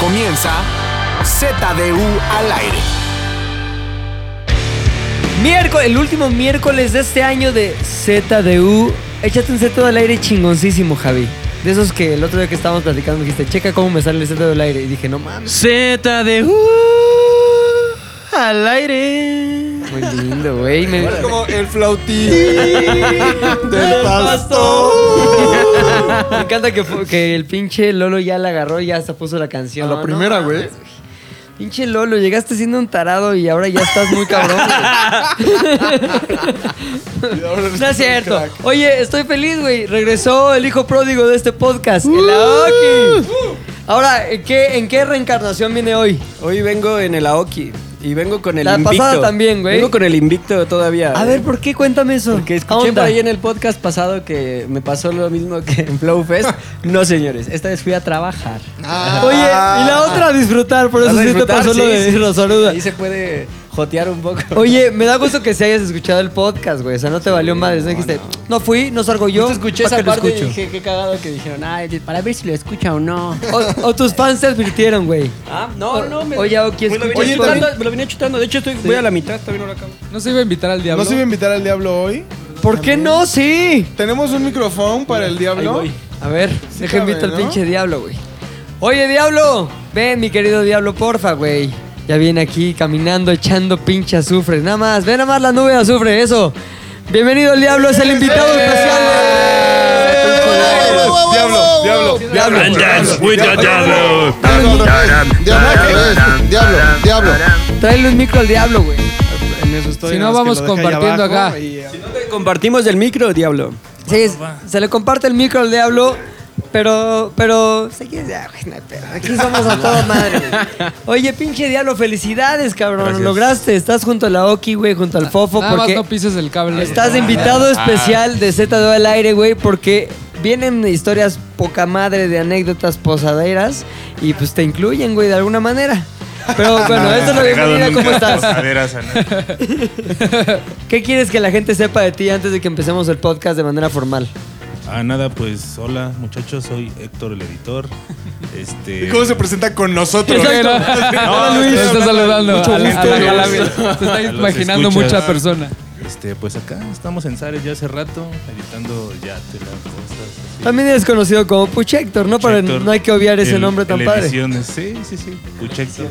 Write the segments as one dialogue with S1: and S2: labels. S1: comienza ZDU al aire.
S2: Miércoles, el último miércoles de este año de ZDU. Échate un Z del aire chingoncísimo, Javi. De esos que el otro día que estábamos platicando me dijiste, checa cómo me sale el Z del aire. Y dije, no mames.
S3: Z de al aire.
S2: Muy lindo, güey. Me-
S1: Como el flautín del pastor.
S2: Me encanta que, fu- que el pinche Lolo ya la agarró y ya hasta puso la canción.
S1: A la primera,
S2: No,
S1: güey.
S2: Pinche Lolo, llegaste siendo un tarado y ahora ya estás muy cabrón. güey. no es cierto. Oye, estoy feliz, güey. Regresó el hijo pródigo de este podcast, el Aoki. Ahora, ¿en qué, en qué reencarnación viene hoy?
S4: Hoy vengo en el Aoki y vengo con el
S2: La
S4: invicto.
S2: pasada también, güey.
S4: Vengo con el invicto todavía.
S2: A ver, ¿por qué? Cuéntame eso.
S4: porque
S2: ¿A
S4: escuché por
S2: onda?
S4: ahí en el podcast pasado que me pasó lo mismo que en Flowfest. no, señores, esta vez fui a trabajar.
S2: Oye, y la otra a disfrutar, por eso
S4: Ah. A
S2: sí te
S4: disfrutar,
S2: pasó lo
S4: sí,
S2: de
S4: sí,
S2: Rosaruda.
S4: Ahí se puede jotear un poco.
S2: Oye, me da gusto que se hayas escuchado el podcast, güey. O sea, no te valió madre. No dijiste, no fui, no salgo yo.
S4: Justo escuché
S2: ¿pa'
S4: esa
S2: qué lo
S4: parte y
S2: escucho?"
S4: dije, qué cagado que dijeron, ay, para ver si lo escucha o no.
S2: O, o tus fans te advirtieron, güey.
S4: Ah, no, no. Me,
S2: Oye, Aoki,
S4: me lo venía
S2: escucha.
S1: Oye,
S4: chutando,
S1: también-
S4: me lo venía chutando. De hecho, estoy, voy a la mitad, todavía no lo acabo.
S3: No se iba a invitar al diablo.
S1: ¿No se iba a invitar al diablo hoy?
S2: ¿Por qué no? Sí.
S1: ¿Tenemos un micrófono para el diablo?
S2: A ver, deja
S1: cabe,
S2: invito al
S1: ¿no?
S2: pinche diablo, güey. Oye, diablo. Ven, mi querido diablo, porfa, güey. Ya viene aquí caminando, echando pinche azufre. Nada más, ve nada más la nube de azufre, eso. Bienvenido, el diablo, es el invitado especial.
S1: Eh, Diablo, diablo, diablo.
S2: Diablo.
S5: And dance with the devil.
S6: Diablo, diablo, diablo, diablo.
S2: Tráele un micro al diablo, güey.
S1: En eso estoy.
S3: Si no,
S1: nada más
S3: vamos
S1: que lo deja ahí
S3: compartiendo
S1: abajo
S3: acá.
S1: y, eh,
S4: Compartimos el micro, diablo.
S2: Sí,
S3: Ah,
S2: es- se le comparte el micro al diablo, pero, pero, sé que ya, güey, no hay pedo. Aquí somos a toda madre, güey. Oye, pinche diablo, felicidades, cabrón. Lo lograste. Estás junto a la Oki, güey, junto al Fofo,
S3: Ah, Nada más
S2: porque
S3: no pises el cable.
S2: estás de
S5: Ah.
S2: invitado especial de Z2 al aire, güey, porque vienen historias poca madre de anécdotas posaderas y pues te incluyen, güey, de alguna manera. Pero bueno, eso es lo bienvenida, ¿cómo estás? ¿Qué quieres que la gente sepa de ti antes de que empecemos el podcast de manera formal?
S5: Ah, nada, pues hola muchachos, soy Héctor el editor. Este.
S1: ¿Cómo se presenta con nosotros?
S3: Hola Luis. Te está saludando. a la- a la calavera. Se está imaginando mucha persona.
S5: Este, pues acá estamos en Zares ya hace rato, editando ya te las cosas. así.
S2: También es conocido como Puchector, ¿no? Para,
S5: Héctor,
S2: no hay que obviar ese
S5: el-
S2: nombre tan
S5: el
S2: padre.
S5: Ediciones. Sí, sí, sí. Puchector.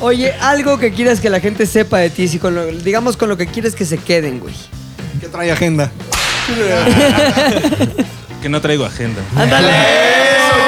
S2: Oye, algo que quieras que la gente sepa de ti, si con lo- digamos con lo que quieres que se queden, güey.
S1: ¿Qué trae agenda?
S5: que no traigo agenda.
S2: ¡Ándale!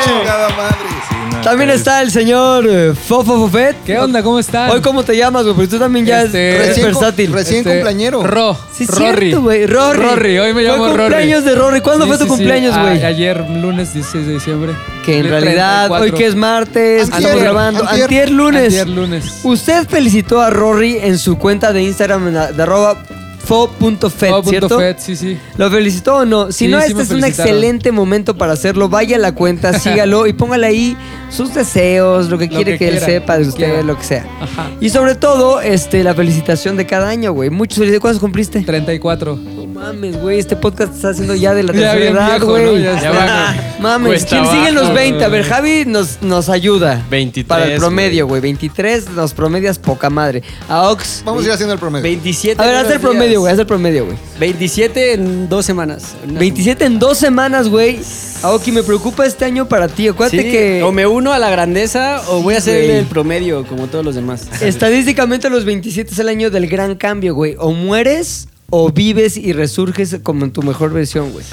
S1: Chingada madre.
S5: Sí, no, pues,
S2: También
S5: pero-
S2: está el señor eh, Fofo Fofet.
S3: ¿Qué onda? ¿Cómo estás?
S2: Hoy, ¿cómo te llamas, güey? Pero tú también ya
S3: Este,
S2: eres
S3: recién
S2: versátil.
S6: recién
S1: Este,
S6: cumpleañero.
S3: Este, Ro.
S2: Sí,
S3: Rory.
S2: cierto, güey. Rory.
S3: Rory, hoy me llamo
S2: Fue
S3: Rory.
S2: cumpleaños de Rory. ¿Cuándo
S3: Sí,
S2: fue
S3: sí,
S2: tu
S3: sí.
S2: cumpleaños,
S3: Ah,
S2: güey?
S3: ayer, lunes 16 de diciembre.
S2: que en
S3: Cumplí
S2: realidad,
S3: 34.
S2: hoy que es martes,
S6: Antier,
S2: estamos grabando. Antier,
S6: antier.
S2: lunes.
S3: Ayer lunes.
S2: Usted felicitó a Rory en su cuenta de Instagram en la- de arroba fo.fed,
S3: Oh, punto
S2: ¿cierto?
S3: Fed, sí, sí.
S2: ¿Lo felicitó o no? Si
S3: Sí,
S2: no,
S3: sí
S2: este
S3: me
S2: es un
S3: felicitaron.
S2: excelente momento para hacerlo. Vaya a la cuenta, sígalo y póngale ahí sus deseos, lo que
S3: Lo
S2: quiere que,
S3: que
S2: él
S3: quiera,
S2: sepa de
S3: lo que
S2: usted,
S3: quiera.
S2: lo que sea.
S3: Ajá.
S2: Y sobre todo, este, la felicitación de cada año, güey. Muchos felicidades. ¿Cuántos cumpliste?
S3: 34.
S2: No mames, güey. Este podcast está haciendo ya de la
S3: Ya
S2: tercera
S3: bien
S2: edad,
S3: viejo,
S2: güey.
S3: ¿no? Ya está.
S2: Mames,
S7: Cuesta
S2: ¿quién sigue en los
S7: abajo,
S2: 20? A ver,
S3: güey.
S2: Javi nos, nos ayuda.
S7: 23,
S2: Para el promedio, güey. 23 nos promedias poca madre. A Ox.
S6: Vamos a ir haciendo el promedio.
S4: 27.
S2: A ver, haz
S4: buenos
S2: el promedio,
S4: días.
S2: güey. Haz el promedio, güey.
S4: 27 en dos semanas. Una
S2: 27 en dos semanas, güey. Aoki, me preocupa este año para ti. Acuérdate
S4: Sí,
S2: que.
S4: o me uno a la grandeza o voy a ser
S2: güey.
S4: el promedio como todos los demás.
S2: Estadísticamente los 27 es el año del gran cambio, güey. O mueres o vives y resurges como en tu mejor versión, güey.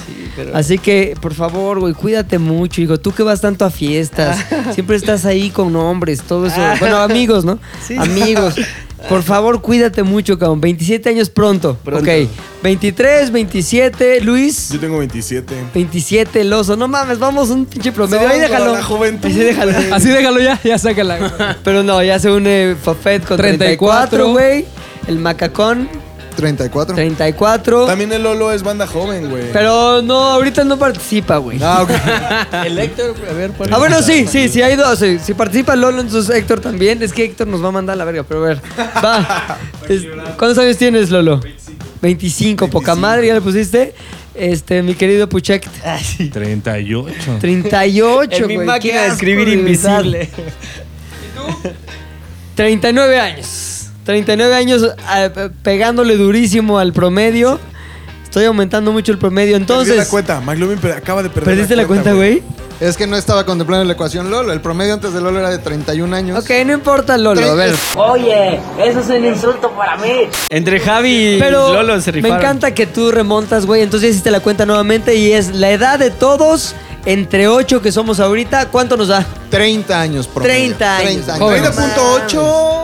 S2: Así que, por favor, güey, cuídate mucho, hijo. Tú que vas tanto a fiestas, siempre estás ahí con hombres, todo eso.
S4: Ah.
S2: Bueno, amigos, ¿no? Amigos. Por favor, cuídate mucho, cabrón. 27 años pronto.
S4: Pronto.
S2: Ok. 23, 27, Luis.
S1: Yo tengo 27.
S2: 27, el oso. No mames, vamos un pinche promedio. Ahí
S1: Solo
S2: déjalo.
S1: la juventud,
S2: Ahí sí, déjalo.
S3: Así déjalo ya, ya sácala.
S2: Pero no, ya se une Fafet con 34,
S3: 34,
S2: güey. El Macacón,
S6: 34.
S2: 34.
S1: También el Lolo es banda joven, güey.
S2: Pero no, ahorita no participa, güey.
S1: Ah, ok.
S4: El Héctor, a ver, por
S2: Ah, bueno, sí, sí, sí, hay dos. Sí, si participa Lolo, entonces Héctor también. Es que Héctor nos va a mandar a la verga, pero a ver. Va. Es- ¿Cuántos años tienes, Lolo? 25. 25, poca madre, ya le pusiste. Este, mi querido Puchek.
S5: 38.
S1: Ah,
S2: 38,
S4: En mi
S2: güey. qué
S4: máquina de
S2: asco
S4: escribir
S2: de verdad.
S4: invisible.
S2: 39 años. 39 años eh, pe- pegándole durísimo al promedio. Estoy aumentando mucho el promedio.
S1: Perdí la
S2: Entonces,
S1: cuenta. McLovin per- acaba de perder
S2: ¿perdiste la cuenta, güey?
S6: Es que no estaba contemplando la ecuación Lolo. El promedio antes de Lolo era de 31 años.
S2: Ok, no importa, Lolo. A ver.
S7: Oye, eso es un insulto para mí.
S4: Entre Javi y
S2: Eh, Pero
S4: Lolo se
S2: me
S4: rifaron.
S2: encanta que tú remontas, güey. Entonces hiciste la cuenta nuevamente y es la edad de todos entre 8 que somos ahorita. ¿Cuánto nos da?
S6: 30 años promedio.
S2: 30 años.
S6: 30 años.
S2: Jóvenes.
S6: 30.8.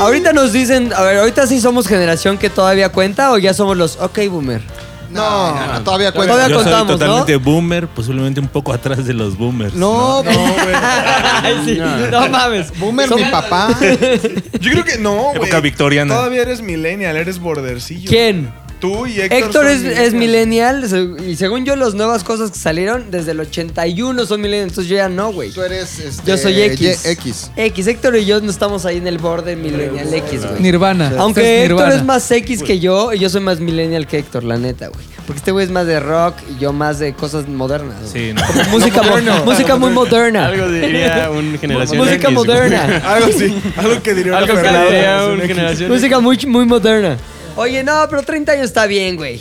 S2: Ahorita nos dicen, a ver, ahorita sí somos generación que todavía cuenta o ya somos los OK Boomer.
S6: No, todavía cuenta.
S2: Todavía
S5: Yo
S2: contamos,
S5: soy totalmente
S2: ¿no?
S5: boomer, posiblemente un poco atrás de los boomers.
S6: No,
S2: Ay, sí, no mames.
S6: Boomer, mi papá.
S1: Yo creo que no, güey.
S5: Época victoriana.
S1: Todavía eres millennial, eres bordercillo.
S2: ¿Quién?
S1: Tú y Héctor.
S2: Héctor
S1: son
S2: es, es millennial se- y según yo las nuevas cosas que salieron desde el 81 son millennials, entonces yo ya no, güey.
S6: Tú eres este,
S2: Yo soy X.
S6: Y- X.
S2: X, Héctor y yo no estamos ahí en el borde millennial X, güey.
S3: Nirvana.
S2: Aunque
S3: Este
S2: Héctor
S3: Nirvana.
S2: es más X que yo, y yo soy más millennial que Héctor, la neta, güey. Porque este güey es más de rock y yo más de cosas modernas. güey.
S5: Sí, no.
S2: Música, mo- música muy moderna.
S4: Algo diría un generación
S2: Música
S4: X, güey.
S2: moderna.
S1: Algo así. Algo que diría una
S4: Algo que
S1: Fernanda,
S4: diría
S1: son
S4: un
S1: X.
S4: generación X.
S2: Música muy, muy moderna. Oye, no, pero 30 años está bien, güey.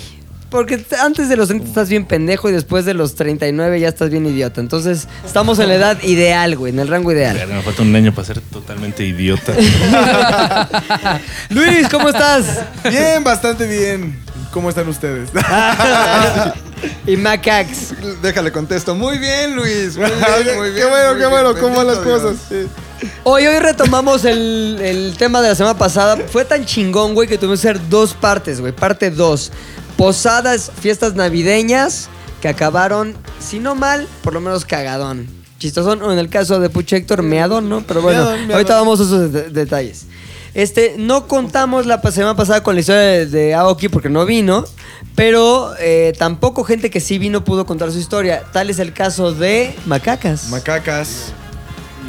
S2: Porque t- antes de los 30 estás bien pendejo y después de los 39 ya estás bien idiota. Entonces, estamos en la edad ideal, güey, en el rango ideal.
S5: Verga, me falta un año para ser totalmente idiota.
S2: Luis, ¿cómo estás?
S1: Bien, bastante bien. ¿Cómo están ustedes?
S2: y Macax.
S6: Déjale contesto. Muy bien, Luis. Muy bien, muy bien,
S1: qué bueno,
S6: muy
S1: qué
S6: bien.
S1: bueno. ¿Cómo van las
S6: Bendito Dios.
S1: cosas? Sí.
S2: Hoy, hoy retomamos el, el tema de la semana pasada. Fue tan chingón, güey, que tuvimos que hacer dos partes, güey. Parte 2. Posadas, fiestas navideñas que acabaron, si no mal, por lo menos cagadón. Chistosón, o en el caso de Pucho Héctor, meadón, ¿no? Pero bueno,
S1: Meadón, meadón.
S2: ahorita vamos a esos de- detalles. Este, no contamos la pa- semana pasada con la historia de, de Aoki porque no vino, pero eh, tampoco gente que sí vino pudo contar su historia. Tal es el caso de Macacas.
S1: Macacas.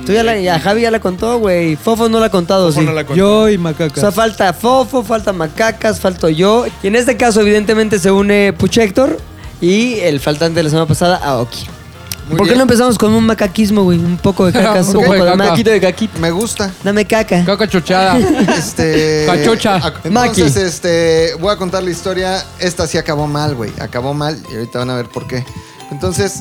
S2: Tú ya la, ya Javi ya la contó, güey. Fofo no la ha contado,
S1: Fofo
S2: sí.
S1: no la contó.
S3: Yo y
S2: O sea,
S3: Macaca.
S2: falta Fofo, falta Macacas, falto yo. Y en este caso, evidentemente, se une Puchector y el faltante de la semana pasada, Aoki.
S6: Muy
S2: ¿Por qué
S6: bien.
S2: no empezamos con un macaquismo, güey? Un poco de cacas,
S3: Un
S2: un
S3: poco
S2: poco
S3: de
S2: de
S3: caca.
S2: maquito de caquito.
S6: Me gusta.
S2: Dame caca.
S3: Caca chochada.
S6: Este.
S3: Cachocha.
S6: ac- Entonces,
S2: Maki.
S6: este. Voy a contar la historia. Esta sí acabó mal, güey. Acabó mal y ahorita van a ver por qué. Entonces,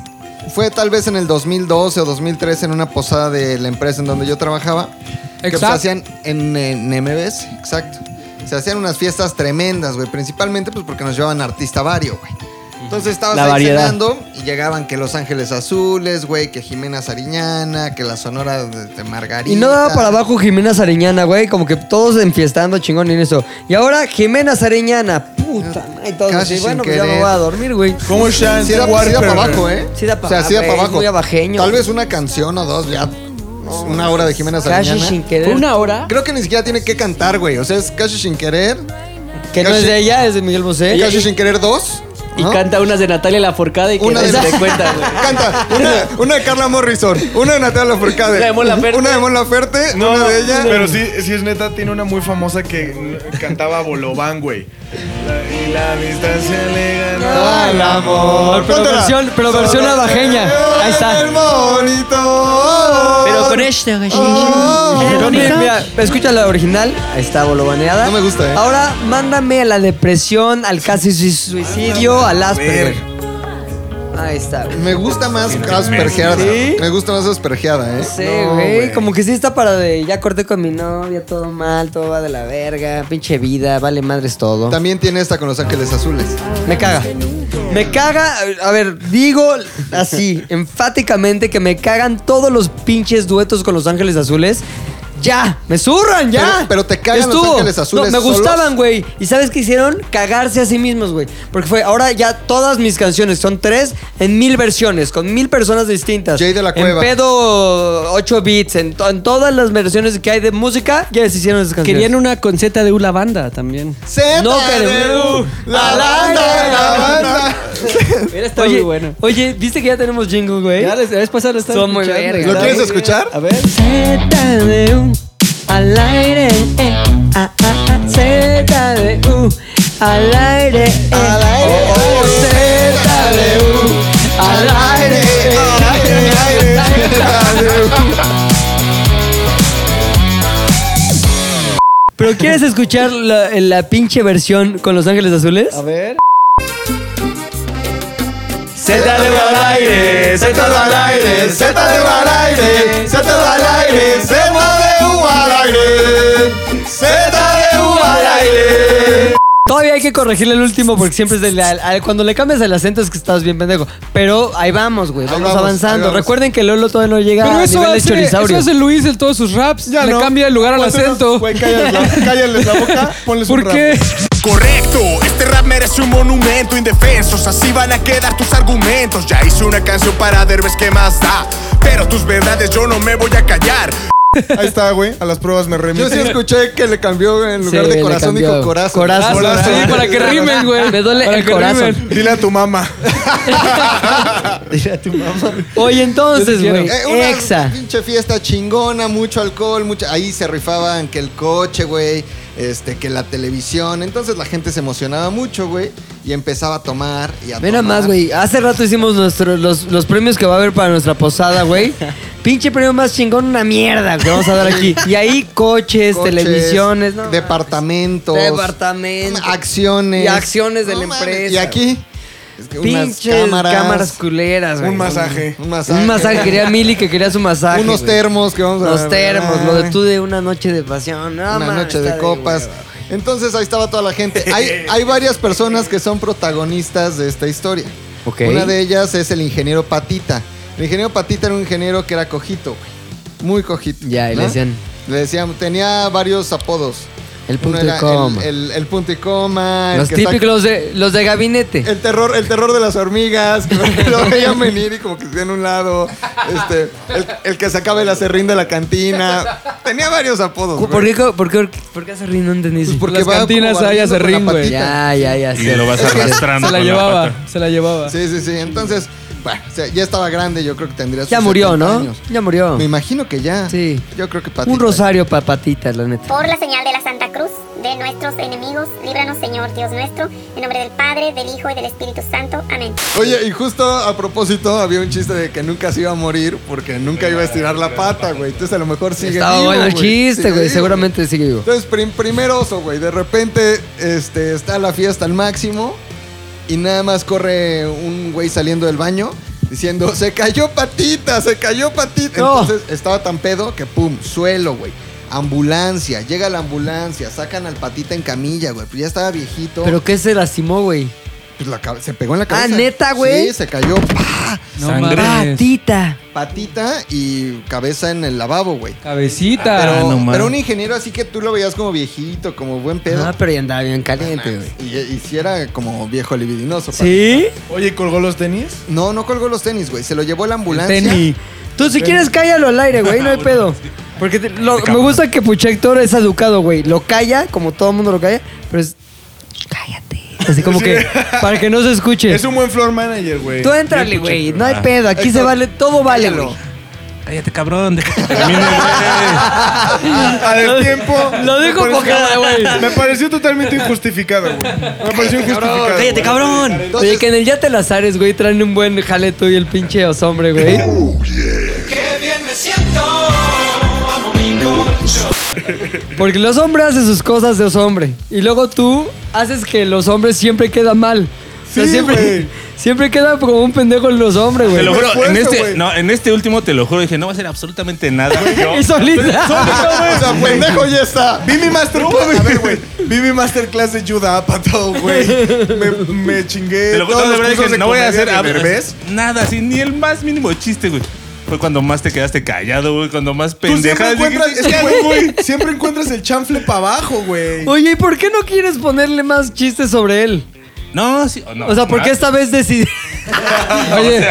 S6: fue tal vez en el 2012 o 2013 en una posada de la empresa en donde yo trabajaba. Que pues,
S3: Exacto.
S6: hacían en, en MBS, exacto. Se hacían unas fiestas tremendas, güey. Principalmente pues porque nos llevaban artista vario, güey. Entonces estabas
S4: La
S6: ahí
S4: variedad.
S6: cenando y llegaban que Los Ángeles Azules, güey, que Jimena Sariñana, que la Sonora de, de Margarita.
S2: Y no daba para abajo Jimena Sariñana, güey. Como que todos enfiestando chingón en eso. Y ahora Jimena Sariñana, puta madre. y Todos
S6: Casi
S2: así, bueno,
S6: sin
S2: pues ya me
S6: querer.
S2: voy a dormir, güey.
S1: ¿Cómo están?
S6: Sí da, sí da para abajo, ¿eh?
S2: Sí da para
S6: O sea, sí da
S2: abajo,
S6: para
S2: es
S6: abajo.
S2: muy abajeño.
S6: Tal vez una canción o dos, ya. Una hora de Jimena
S2: Casi sin
S6: Sariñana.
S2: querer.
S4: Fue una hora.
S6: Creo que ni siquiera tiene que cantar, güey. O sea, es casi sin querer.
S2: Que no es
S6: Casi-
S2: de ella, es de Miguel Bosé.
S6: Casi sin querer dos.
S4: Y
S6: ¿no?
S4: canta unas de Natalia Laforcada y que
S6: Una
S4: no
S6: de-
S4: se dé cuenta, güey.
S6: Canta una, una de Carla Morrison, una de Natalia Lafourcade,
S4: Una de Mon Laferte.
S6: una de Mon Laferte,
S1: No,
S6: una de ella.
S1: pero sí, sí es neta, tiene una muy famosa que mm, cantaba Bolobán, güey. La- y la distancia le gana.
S6: Al Ah, amor.
S2: Pero
S6: Cuéntala.
S2: versión, pero versión abajeña. Ahí
S6: El
S2: está.
S6: bonito.
S2: este, escucha la original. Ahí está bolobaneada.
S6: No me gusta, eh.
S2: Ahora mándame a la depresión, al casi sui- suicidio, al Asperger. Ahí está, güey.
S6: Me gusta más aspergeada.
S2: ¿Sí?
S6: Me gusta más aspergeada, ¿eh?
S2: Sí, güey. Como que sí está para de ya corté con mi novia, todo mal, todo va de la verga, pinche vida, vale madres todo.
S6: También tiene esta con Los Ángeles Azules.
S2: Me caga. Me caga, a ver, digo así, enfáticamente que me cagan todos los pinches duetos con Los Ángeles Azules. Ya, me zurran, ya.
S6: Pero- pero te cagan Los Ángeles Azules
S2: No, me
S6: solos.
S2: gustaban, güey. ¿Y sabes qué hicieron? Cagarse a sí mismos, güey. Porque fue, ahora ya todas mis canciones son tres en mil versiones, con mil personas distintas.
S6: Jay de la Cueva.
S2: En pedo 8 bits, en, to- en todas las versiones que hay de música, ya se hicieron esas canciones.
S4: Querían una con Z de U la banda también.
S6: Z
S2: No queremos.
S6: La banda, la banda.
S4: Era está
S2: Oye,
S4: muy bueno.
S2: oye, ¿viste que ya tenemos jingle, güey?
S4: Ya les, les pasado estar
S2: Son muy
S4: escuchando,
S2: verga.
S4: güey.
S6: ¿Lo quieres escuchar?
S4: A ver.
S2: ZDU al aire, eh, ah, ah, ah, ZDU al aire, eh,
S6: Al aire,
S2: oh, oh,
S6: al aire,
S2: ZDU al aire, eh,
S6: Al aire, al aire, al aire.
S2: ¿Quieres escuchar la, la pinche versión con Los Ángeles Azules?
S4: A ver.
S6: ZDU al aire, ZDU al aire, ZDU al aire, ZDU al aire, ZDU al aire, ZDU al aire.
S2: Todavía hay que corregirle el último porque siempre es del... al- al- cuando le cambias el acento es que estás bien pendejo. Pero ahí vamos, güey.
S6: Ahí
S2: Vamos,
S6: vamos, ahí
S2: avanzando.
S6: vamos.
S2: Recuerden que Lolo todavía no llega
S3: Pero
S2: a
S3: eso
S2: nivel de
S3: hace, eso
S2: chorizaurio.
S3: hace Luis en todos sus raps.
S1: Ya
S3: Le
S1: no.
S3: cambia el lugar al
S1: Ponte unos-
S3: acento.
S1: Güey, cállales la, cállales la boca, ponles un
S3: ¿Por
S1: rap.
S3: qué?
S8: Correcto, este rap merece un monumento indefensos, así van a quedar tus argumentos. Ya hice una canción para derbes que más da, pero tus verdades yo no me voy a callar.
S1: Ahí está, güey. A las pruebas me remito.
S6: Yo sí escuché que le cambió en lugar
S2: Sí,
S6: de
S2: le
S6: corazón, dijo
S2: cambió.
S6: corazón.
S2: Corazón.
S3: Ah, sí, para que rimen, güey.
S2: Me duele
S3: Para
S2: el
S3: que
S2: corazón.
S3: rimen.
S1: Dile a tu mamá.
S2: Oye, entonces,
S3: Yo te
S2: güey.
S6: Eh, una
S2: Exa.
S6: pinche fiesta chingona, mucho alcohol, mucha ahí se rifaban que el coche, güey, este, que la televisión. Entonces la gente se emocionaba mucho, güey, y empezaba a tomar y a
S2: Ve nada
S6: tomar.
S2: más, güey. Hace rato hicimos nuestro- los, los premios que va a haber para nuestra posada, güey. Pinche premio más chingón, una mierda que vamos a dar aquí. Y ahí coches,
S6: Coches,
S2: televisiones, ¿no?
S6: departamentos,
S2: Departamentos.
S6: acciones
S2: Y acciones de la
S6: No mames,
S2: empresa.
S6: Y aquí es que unas
S2: Pinches cámaras, culeras, güey.
S1: Un masaje.
S6: un masaje,
S2: Un masaje, quería Mili que quería su masaje.
S6: unos
S2: güey.
S6: termos que vamos a
S2: Los termos, lo de tú de una noche de pasión. No,
S6: una
S2: mames,
S6: noche
S2: está
S6: de copas.
S2: hueva.
S6: Entonces ahí estaba toda la gente. Hay, hay varias personas que son protagonistas de esta historia.
S2: Ok.
S6: Una de ellas es el ingeniero Patita. El ingeniero Patita era un ingeniero que era cojito, güey. Muy cojito.
S2: Ya, y le
S6: ¿no?
S2: decían
S6: Le decían, tenía varios apodos.
S2: el
S6: Uno
S2: punto
S6: era
S2: de coma.
S6: El, el- el punto y coma. el
S2: los
S6: que está-
S2: típicos, los de, los de gabinete.
S6: el terror, el terror de las hormigas, que lo veían venir y como que se en un lado. Este, el, el que sacaba el acerrín de la cantina. Tenía varios apodos.
S2: ¿Por
S6: güey.
S2: qué, co- por qué, por qué hace reír? No entendí.
S6: Pues porque
S3: Las
S6: va
S3: cantinas
S6: como
S3: ahí hace
S6: barriendo con la
S3: ring, güey.
S6: patita.
S2: Ya, ya, ya.
S5: Y
S2: sé.
S5: lo vas arrastrando.
S3: Se la
S5: con
S3: llevaba,
S5: pata.
S3: se la llevaba.
S6: Sí, sí, sí. Entonces, bueno, o sea, ya estaba grande, yo creo que tendría sus
S2: Ya murió,
S6: 70
S2: ¿no?
S6: años.
S2: Ya murió.
S6: Me imagino que ya.
S2: Sí.
S6: Yo creo que patita.
S2: Un rosario para patitas, la neta.
S9: Por la señal de la Santa Cruz de nuestros enemigos, líbranos Señor Dios nuestro, en nombre del Padre, del Hijo y del Espíritu Santo. Amén.
S6: Oye, y justo a propósito había un chiste de que nunca se iba a morir porque nunca iba a estirar la pata, güey. Entonces a lo mejor sigue
S2: Estaba
S6: vivo,
S2: bueno el
S6: güey.
S2: chiste,
S6: Sigue
S2: güey.
S6: vivo.
S2: Seguramente sigue vivo.
S6: Entonces, prim- primer oso, güey. De repente este, está la fiesta al máximo y nada más corre un güey saliendo del baño diciendo, se cayó patita, se cayó patita.
S2: No.
S6: Entonces, estaba tan pedo que, pum, suelo, güey. Ambulancia, llega la ambulancia, sacan al patita en camilla, güey. Pues ya estaba viejito.
S2: ¿Pero qué se lastimó, güey?
S6: Pues la cabe- se pegó en la cabeza.
S2: ¿neta, güey?
S6: Sí, se cayó. ¡pah!
S3: No
S5: Sangre.
S3: mames.
S2: Patita.
S6: Patita y cabeza en el lavabo, güey.
S2: Ah,
S3: Cabecita.
S6: Pero,
S5: no mames.
S6: pero un ingeniero así que tú lo veías como viejito, como buen pedo.
S2: Ah, pero ya andaba bien caliente, güey.
S6: Y, y si era como viejo libidinoso. pa-
S2: ¿Sí?
S1: Oye, ¿colgó los tenis?
S6: No, no colgó los tenis, güey. Se lo llevó la ambulancia.
S2: Penny. Tú si quieres cállalo al aire, güey, no hay pedo. Porque te- lo- me gusta que Puchector es educado, güey. Lo calla, como todo el mundo lo calla, pero es... Cállate. Así como que... Para que no se escuche.
S1: Es un buen floor manager, güey.
S2: Tú éntrale, güey. No hay pedo. Aquí se vale... Todo vale, güey.
S5: Cállate, cabrón, déjate que termine, güey.
S1: Ah, A del tiempo.
S2: Lo dijo
S1: me
S2: con
S1: pareció-
S2: cara, güey.
S1: Me pareció totalmente injustificado, güey. Me pareció injustificado. güey.
S2: cabrón. Oye, que en el Ya te las ares, güey, traen un buen jale tú y el pinche osombre, güey. Porque los hombres hacen sus cosas de osombre. Y luego tú haces que los hombres siempre quedan mal. O sea,
S1: Sí,
S2: siempre,
S1: güey.
S2: siempre queda como un pendejo en los hombres,
S5: Te
S2: güey.
S5: lo juro,
S1: esfuerzo,
S5: en este,
S1: güey.
S5: no, en este último te lo juro, dije, no va a ser absolutamente nada. güey. Yo-
S2: Y solita.
S1: O sea, pendejo,
S6: Pendejo, ya está.
S1: Vi mi masterclass. a ver, güey. Vi mi masterclass de Judah Apatow, güey. Me, me chingué.
S5: Te lo juro,
S1: todos
S5: no, de
S1: los
S5: verdad
S1: cursos
S5: dije,
S1: de
S5: no voy a
S1: comedia
S5: hacer
S1: de
S5: ab-
S1: Derbez.
S5: nada, así, ni el más mínimo chiste, güey. Fue cuando más te quedaste callado, güey, cuando más
S1: Tú siempre
S5: pendejas. dije,
S1: encuentras, es que, güey, siempre encuentras el chanfle para abajo, güey.
S2: Oye, ¿y por qué no quieres ponerle más chistes sobre él?
S5: No, sí, no.
S2: O sea, ¿por qué
S5: más.
S2: esta vez decidí?
S3: Oye,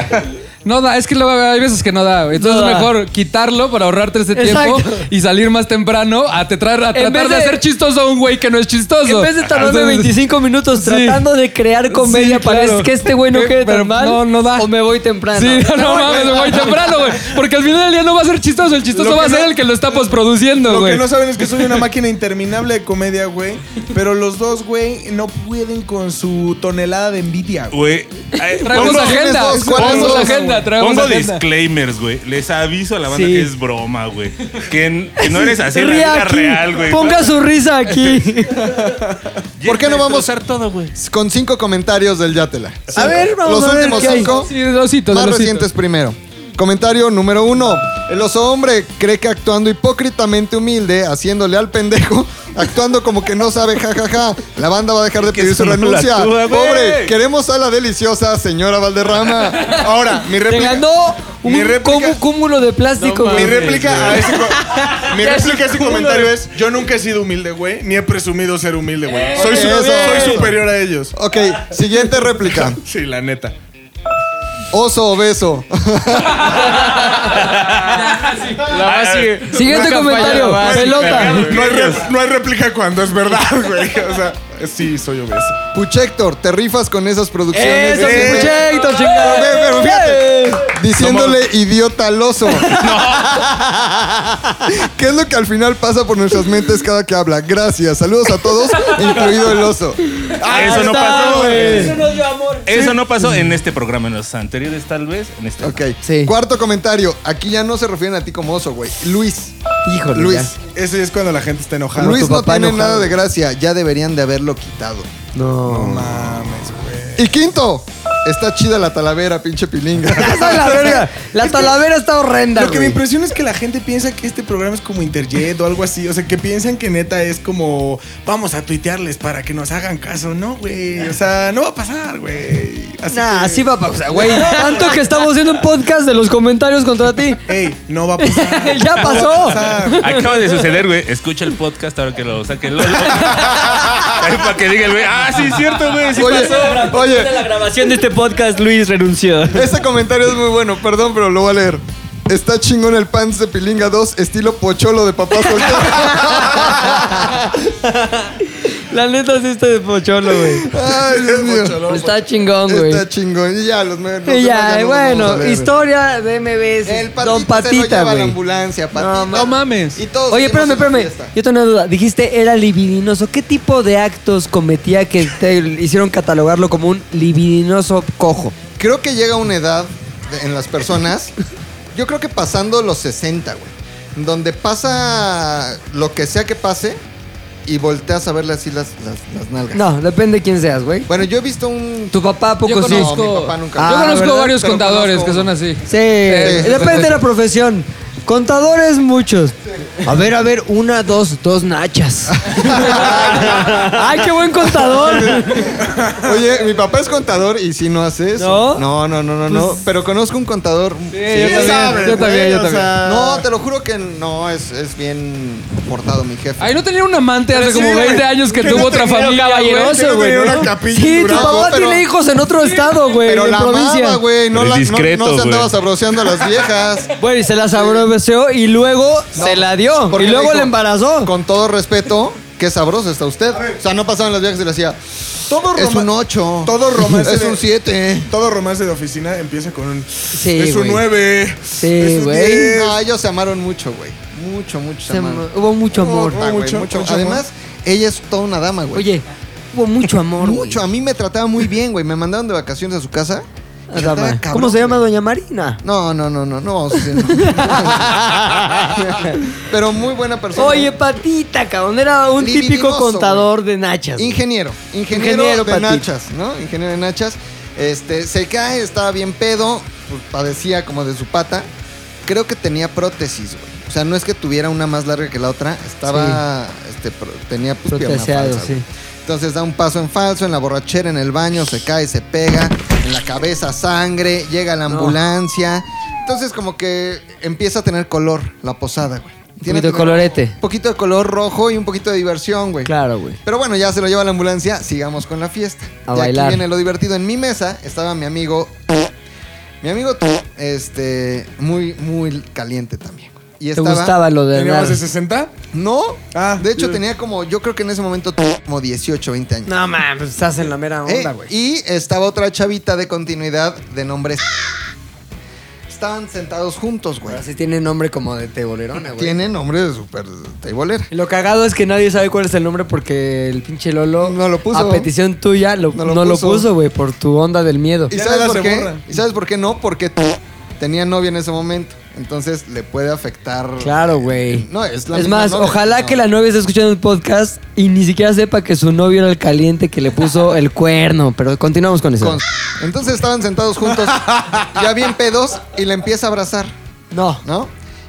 S3: no da, es que luego hay veces que no da. güey. Entonces
S2: No da.
S3: es mejor quitarlo para ahorrarte ese tiempo
S2: Exacto.
S3: y salir más temprano a, te traer, a tratar
S2: vez
S3: de,
S2: de-
S3: hacer chistoso a un güey que no es chistoso.
S2: En vez de tardarme
S3: Entonces,
S2: 25 minutos
S3: Sí.
S2: tratando de crear comedia
S3: Sí,
S2: para
S3: claro.
S2: es que este güey no
S3: Pero-
S2: quede tan mal.
S3: no, no da.
S2: O me voy temprano.
S3: Sí, no, no mames, me voy temprano, güey. Porque al final del día no va a ser chistoso, el chistoso
S1: Lo que
S3: va a ser
S1: no-
S3: el que lo está posproduciendo,
S1: Lo
S3: güey.
S1: que no saben es que soy una máquina interminable de comedia, güey. Pero los dos, güey, no pueden con su tonelada de envidia, güey.
S5: Güey, ay,
S3: Traemos
S5: pongo-
S3: agenda,
S1: dos, ¿cuáles
S3: traemos
S1: dos,
S3: agenda. agenda, traemos
S5: Pongo
S3: agenda.
S5: disclaimers, güey. Les aviso a la banda
S2: Sí.
S5: que es broma, güey. Que, n- que no eres así en la
S2: Ría
S5: vida
S2: aquí.
S5: real, güey.
S2: Ponga su risa aquí.
S6: ¿Por qué no vamos
S5: usar todo, güey?
S6: con cinco comentarios del Yatela?
S2: A ver, vamos
S6: Los
S2: a ver
S6: últimos
S2: qué hay.
S6: cinco.
S3: Sí, de los ositos,
S6: Más
S3: de los
S6: recientes primero. Comentario número uno. El oso hombre cree que actuando hipócritamente humilde, haciéndole al pendejo, actuando como que no sabe, jajaja, la banda va a dejar de pedir
S5: eso
S6: su
S5: no la
S6: renuncia.
S5: actúa, güey.
S6: Pobre, queremos a la deliciosa señora Valderrama. Ahora, mi
S2: Te
S6: réplica.
S2: ganó un
S1: Mi réplica-
S2: cú- cúmulo de plástico,
S1: Mi
S2: güey.
S1: réplica a ese, co- mi réplica a ese comentario es: Yo nunca he sido humilde, güey, ni he presumido ser humilde,
S2: Eh,
S1: güey. Soy, su-
S6: Eso.
S1: soy superior a ellos.
S6: Ok, siguiente réplica.
S1: Sí, la neta.
S6: Oso obeso.
S3: La base.
S2: Siguiente
S3: Nunca
S2: comentario.
S3: falla la base.
S2: Ah, Pelota.
S1: No hay, rep- no hay réplica cuando es verdad, güey. O sea, sí, soy obeso.
S6: Puchector, te rifas con esas producciones.
S2: Eso, mi
S6: Siempre-
S2: proyecto, chingada.
S6: Ve, pero fíjate, diciéndole idiota al oso. ¿Qué es lo que al final pasa por nuestras mentes cada que habla? Gracias, saludos a todos, incluido el oso.
S5: Ah, eso no pasó.
S2: güey.
S5: Eso no pasó en este programa, en los anteriores, tal vez. En este.
S6: Ok,
S2: Sí.
S6: cuarto comentario. Aquí ya no se refieren a ti como oso, güey. Luis.
S2: Híjole,
S6: Luis.
S2: ya.
S1: Ese es cuando la gente está enojada.
S6: Luis
S2: tu
S6: no
S2: papá
S6: tiene
S2: enojado.
S6: nada de gracia, ya deberían de haberlo quitado.
S2: No.
S6: Y quinto, está chida la talavera, pinche pilinga.
S2: Esa es la verga. La talavera está horrenda,
S1: Lo que me
S2: güey.
S1: impresiona es que la gente piensa que este programa es como Interjet o algo así. O sea, que piensan que neta es como vamos a tuitearles para que nos hagan caso. No, güey. O sea, no va a pasar, güey. Así
S2: Nah,
S1: que-
S2: así va a pasar, güey. Tanto que estamos haciendo un podcast de los comentarios contra ti.
S1: Ey, no va a pasar.
S2: ya pasó.
S5: Acaba de suceder, güey. Escucha el podcast ahora que lo saque Lolo. Ahí para que diga el güey. Ah, sí, es cierto, güey. Sí
S6: Oye,
S5: pasó.
S6: oye,
S4: la grabación de este podcast, Luis renunció.
S6: Ese comentario es muy bueno, perdón, pero lo voy a leer. Está chingón el pants de Pilinga 2, estilo pocholo de papá soltero.
S2: La neta sí está de pocholo, güey.
S6: Ay, Dios mío.
S2: Está chingón, güey.
S6: Está chingón. Y ya, los me- los
S2: Y
S6: demás
S2: ya,
S6: no los vamos a
S2: bueno,
S6: leer.
S2: historia de MBS.
S6: El patita
S2: Don
S6: se lo
S2: Patita,
S6: lleva a la
S2: güey.
S6: ambulancia, patita.
S2: No,
S3: No mames.
S6: Y todos
S2: Oye,
S6: seguimos
S2: espérame,
S6: en la
S2: espérame.
S6: fiesta.
S2: Yo tengo una duda. Dijiste era libidinoso. ¿Qué tipo de actos cometía que te hicieron catalogarlo como un libidinoso cojo?
S6: Creo que llega una edad de- en las personas, yo creo que pasando los 60, güey, donde pasa lo que sea que pase y volteas a verle así las, las, las nalgas.
S2: No, depende de quién seas, güey.
S6: Bueno, yo he visto un...
S2: Tu papá ¿a poco
S3: Yo
S2: sí.
S6: No,
S3: conozco,
S6: mi papá nunca.
S2: Ah,
S3: yo conozco
S2: ¿verdad?
S3: varios
S6: Pero
S3: contadores
S6: conozco
S3: que son
S6: uno.
S3: así.
S2: Sí,
S6: sí,
S2: depende de la profesión. Contadores muchos. A ver, a ver, una, dos, dos nachas. Ay, qué buen contador.
S6: Oye, mi papá es contador y si no hace eso. No, no, no, no, no. Pero conozco un contador.
S3: Pues yo también, yo también, yo también.
S6: No, te lo juro que no, es, es bien portado mi jefe.
S3: Ay, no tenía un amante hace como
S1: sí,
S3: 20
S1: güey.
S3: años que
S1: Que
S3: tuvo
S1: no
S3: otra
S1: tenía
S3: familia,
S1: que
S3: caballeroso,
S1: no
S3: güey.
S1: tenía
S3: ¿no?
S1: una capilla
S2: Sí, tu
S1: durando.
S2: papá
S6: pero-
S2: tiene hijos en otro estado, güey.
S6: pero
S2: en
S6: la
S2: provincia.
S6: amaba, güey.
S5: Pero
S6: No,
S5: es
S6: la- no-
S5: discreto,
S6: no, se
S5: güey.
S6: andaba sabroseando a las viejas.
S2: Bueno, y se la sabroseó y luego se la dio.
S6: Porque
S2: Y luego
S6: dijo,
S2: la embarazó.
S6: Con todo respeto, qué sabroso está usted. O sea, no pasaban las viejas y le hacía,
S1: Todo
S6: es
S1: roma-
S6: un 8.
S1: Todo romance.
S6: Es
S1: de-
S6: un 7.
S1: Todo romance de oficina empieza con un.
S2: Sí,
S1: es un
S2: güey.
S1: 9.
S2: Sí,
S1: es un
S2: güey.
S1: 10.
S6: No, ellos se amaron mucho, güey. Mucho, mucho se
S2: Se-
S6: amaron.
S2: hubo mucho amor.
S6: Puta, güey,
S1: mucho,
S6: mucho.
S1: mucho amor.
S6: Además, ella es toda una dama, güey.
S2: Oye, hubo mucho amor. güey.
S6: Mucho, a mí me trataba muy bien, güey. Me mandaron de vacaciones a su casa.
S2: Ah,
S6: Me
S2: dama.
S6: trataba cabrón,
S2: ¿Cómo se llama
S6: güey.
S2: Doña Marina?
S6: No, no, no, no, no vamos a decir no. Pero muy buena persona.
S2: Oye, Patita, cabrón. Era un típico
S6: Libidinoso,
S2: contador de nachas. güey.
S6: ingeniero, ingeniero,
S2: Ingeniero,
S6: de
S2: Patito.
S6: nachas, ¿no? Ingeniero de nachas. Este, se cae, estaba bien pedo, pues, padecía como de su pata. Creo que tenía prótesis, güey. O sea, no es que tuviera una más larga que la otra, estaba este, pro- tenía pues, pierna
S2: Proteseado,
S6: falsa,
S2: sí.
S6: güey. Entonces da un paso en falso, en la borrachera, en el baño, se cae, se pega, en la cabeza sangre, llega la
S2: No.
S6: ambulancia. Entonces como que empieza a tener color la posada, güey. Tiene
S2: poquito de
S6: que-
S2: colorete.
S6: Un poquito de color rojo y un poquito de diversión, güey.
S2: Claro, güey.
S6: Pero bueno, ya se lo lleva la ambulancia, sigamos con la fiesta.
S2: A
S6: y
S2: bailar.
S6: aquí viene lo divertido. En mi mesa estaba mi amigo. Mi amigo, este, muy, muy caliente también. Y
S2: Te
S6: estaba.
S2: gustaba lo de
S1: ¿Tenía
S2: andar.
S1: más de 60?
S6: No.
S1: Ah.
S6: de hecho, tenía como, yo creo que en ese momento como 18, 20 años.
S2: No, mames, pues, estás en la mera
S6: Eh,
S2: onda, güey.
S6: y estaba otra chavita de continuidad de nombres. Estaban sentados juntos, güey.
S2: Ahora sí tiene nombre como de tebolera, güey.
S6: Tiene nombre de super teibolera.
S2: Y Lo cagado es que nadie sabe cuál es el nombre porque el pinche Lolo,
S6: No lo puso.
S2: a petición tuya, lo-
S6: No lo
S2: no lo
S6: puso.
S2: puso, güey, por tu onda del miedo.
S6: ¿Y
S1: Ya
S6: sabes
S1: nada
S6: por
S1: se
S6: qué?
S1: borra.
S6: ¿Y sabes por qué no? Porque tenía novia en ese momento. Entonces le puede afectar.
S2: Claro, güey.
S6: No, es la
S2: es
S6: misma
S2: más,
S6: novia,
S2: ojalá
S6: no.
S2: que la novia esté escuchando el podcast y ni siquiera sepa que su novio era el caliente que le puso el cuerno. Pero continuamos con eso.
S6: Con- Entonces estaban sentados juntos, ya bien pedos, y le empieza a abrazar,
S2: No.
S6: ¿no?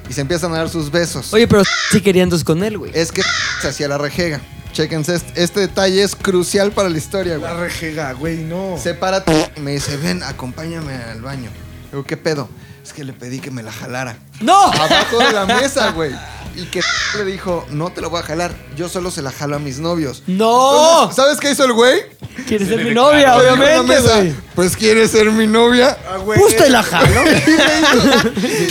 S6: Y se empiezan a dar sus besos.
S2: Oye, pero sí querían dos con él, güey.
S6: Es que se hacía la rejega. Chéquense, este, este detalle es crucial para la historia, güey.
S1: La rejega, güey, no.
S6: Se para y me dice, ven, acompáñame al baño. Digo, ¿qué pedo? Es que le pedí que me la jalara.
S2: ¡No!
S6: Abajo de la mesa, güey. Y que le dijo, no te lo voy a jalar, yo solo se la jalo a mis novios.
S2: ¡No!
S6: Entonces, ¿Sabes qué hizo el güey?
S2: ¿Quieres ser mi novia?
S6: Le dijo en la
S2: Obviamente,
S6: mesa,
S2: güey.
S6: Pues quieres ser mi novia.
S2: Pues te la jalo.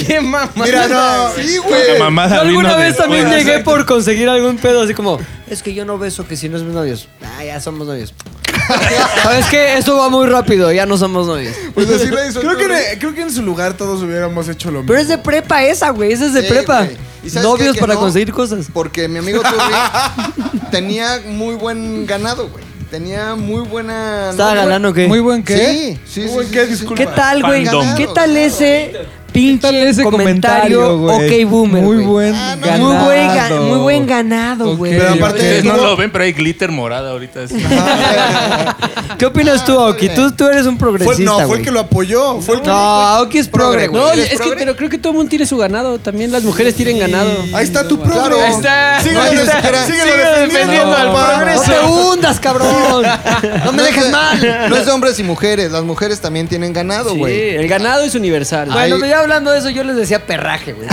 S2: ¡Qué mamá!
S6: Mira, no. Sí, güey.
S5: Mamada
S2: Yo alguna
S5: vino de-
S2: vez también
S5: Oye,
S2: llegué por conseguir algún pedo así como, es que yo no beso que si no es mis novios. Ah, ya somos novios. es que esto va muy rápido, ya no somos novios.
S6: Pues así le hizo. el
S1: Creo que,
S6: cabrón.
S1: en- creo que en su lugar todos hubiéramos hecho lo mismo.
S2: Pero es de prepa esa, güey, esa es de
S6: Sí,
S2: prepa.
S6: güey. ¿Y sabes
S2: Novios
S6: qué? Que
S2: para
S6: no.
S2: conseguir cosas.
S6: Porque mi amigo Turri tenía muy buen ganado, güey. Tenía muy buena.
S2: ¿Estaba
S6: novia.
S2: galán o qué?
S3: Muy buen qué.
S6: Sí, sí, sí.
S1: Muy buen
S6: sí,
S1: qué,
S6: sí, sí.
S1: disculpa.
S2: ¿Qué tal, güey?
S5: Fandom.
S2: ¿Qué tal ese pinche
S3: tal ese
S2: comentario,
S3: comentario, güey? Ah,
S2: ok boomer?
S3: Muy
S2: güey? Ah,
S3: buen
S2: Muy buen, ga-
S3: ganado.
S2: muy buen ganado, güey.
S3: Ok,
S1: Pero aparte-
S5: Ustedes no
S1: Estuvo-
S5: lo ven, pero hay glitter morada ahorita. así.
S6: Ah,
S2: ¿Qué opinas tú, Aoki? Tú, tú eres un
S1: Fue-
S2: progresista,
S1: no, fue
S2: güey.
S1: el que lo apoyó. Fue el
S2: No, Aoki es progre, güey.
S4: No, es que, pero creo que todo el mundo tiene su ganado. También las mujeres tienen ganado.
S1: Ahí está tu progre.
S6: Claro. Ahí
S5: está.
S1: Síguelo,
S6: No, ahí
S1: de-
S6: está.
S1: síguelo
S5: Síguelo
S1: defendiendo
S5: defendiendo
S1: al
S5: al
S1: progreso.
S2: No te hundas, cabrón. No me
S6: es
S2: dejes
S6: de-
S2: mal.
S6: No es de hombres y mujeres. Las mujeres también tienen ganado,
S4: Sí,
S6: güey.
S4: el ganado es universal.
S2: Bueno,
S6: Ahí-
S2: pero ya hablando de eso, yo les decía perraje, güey.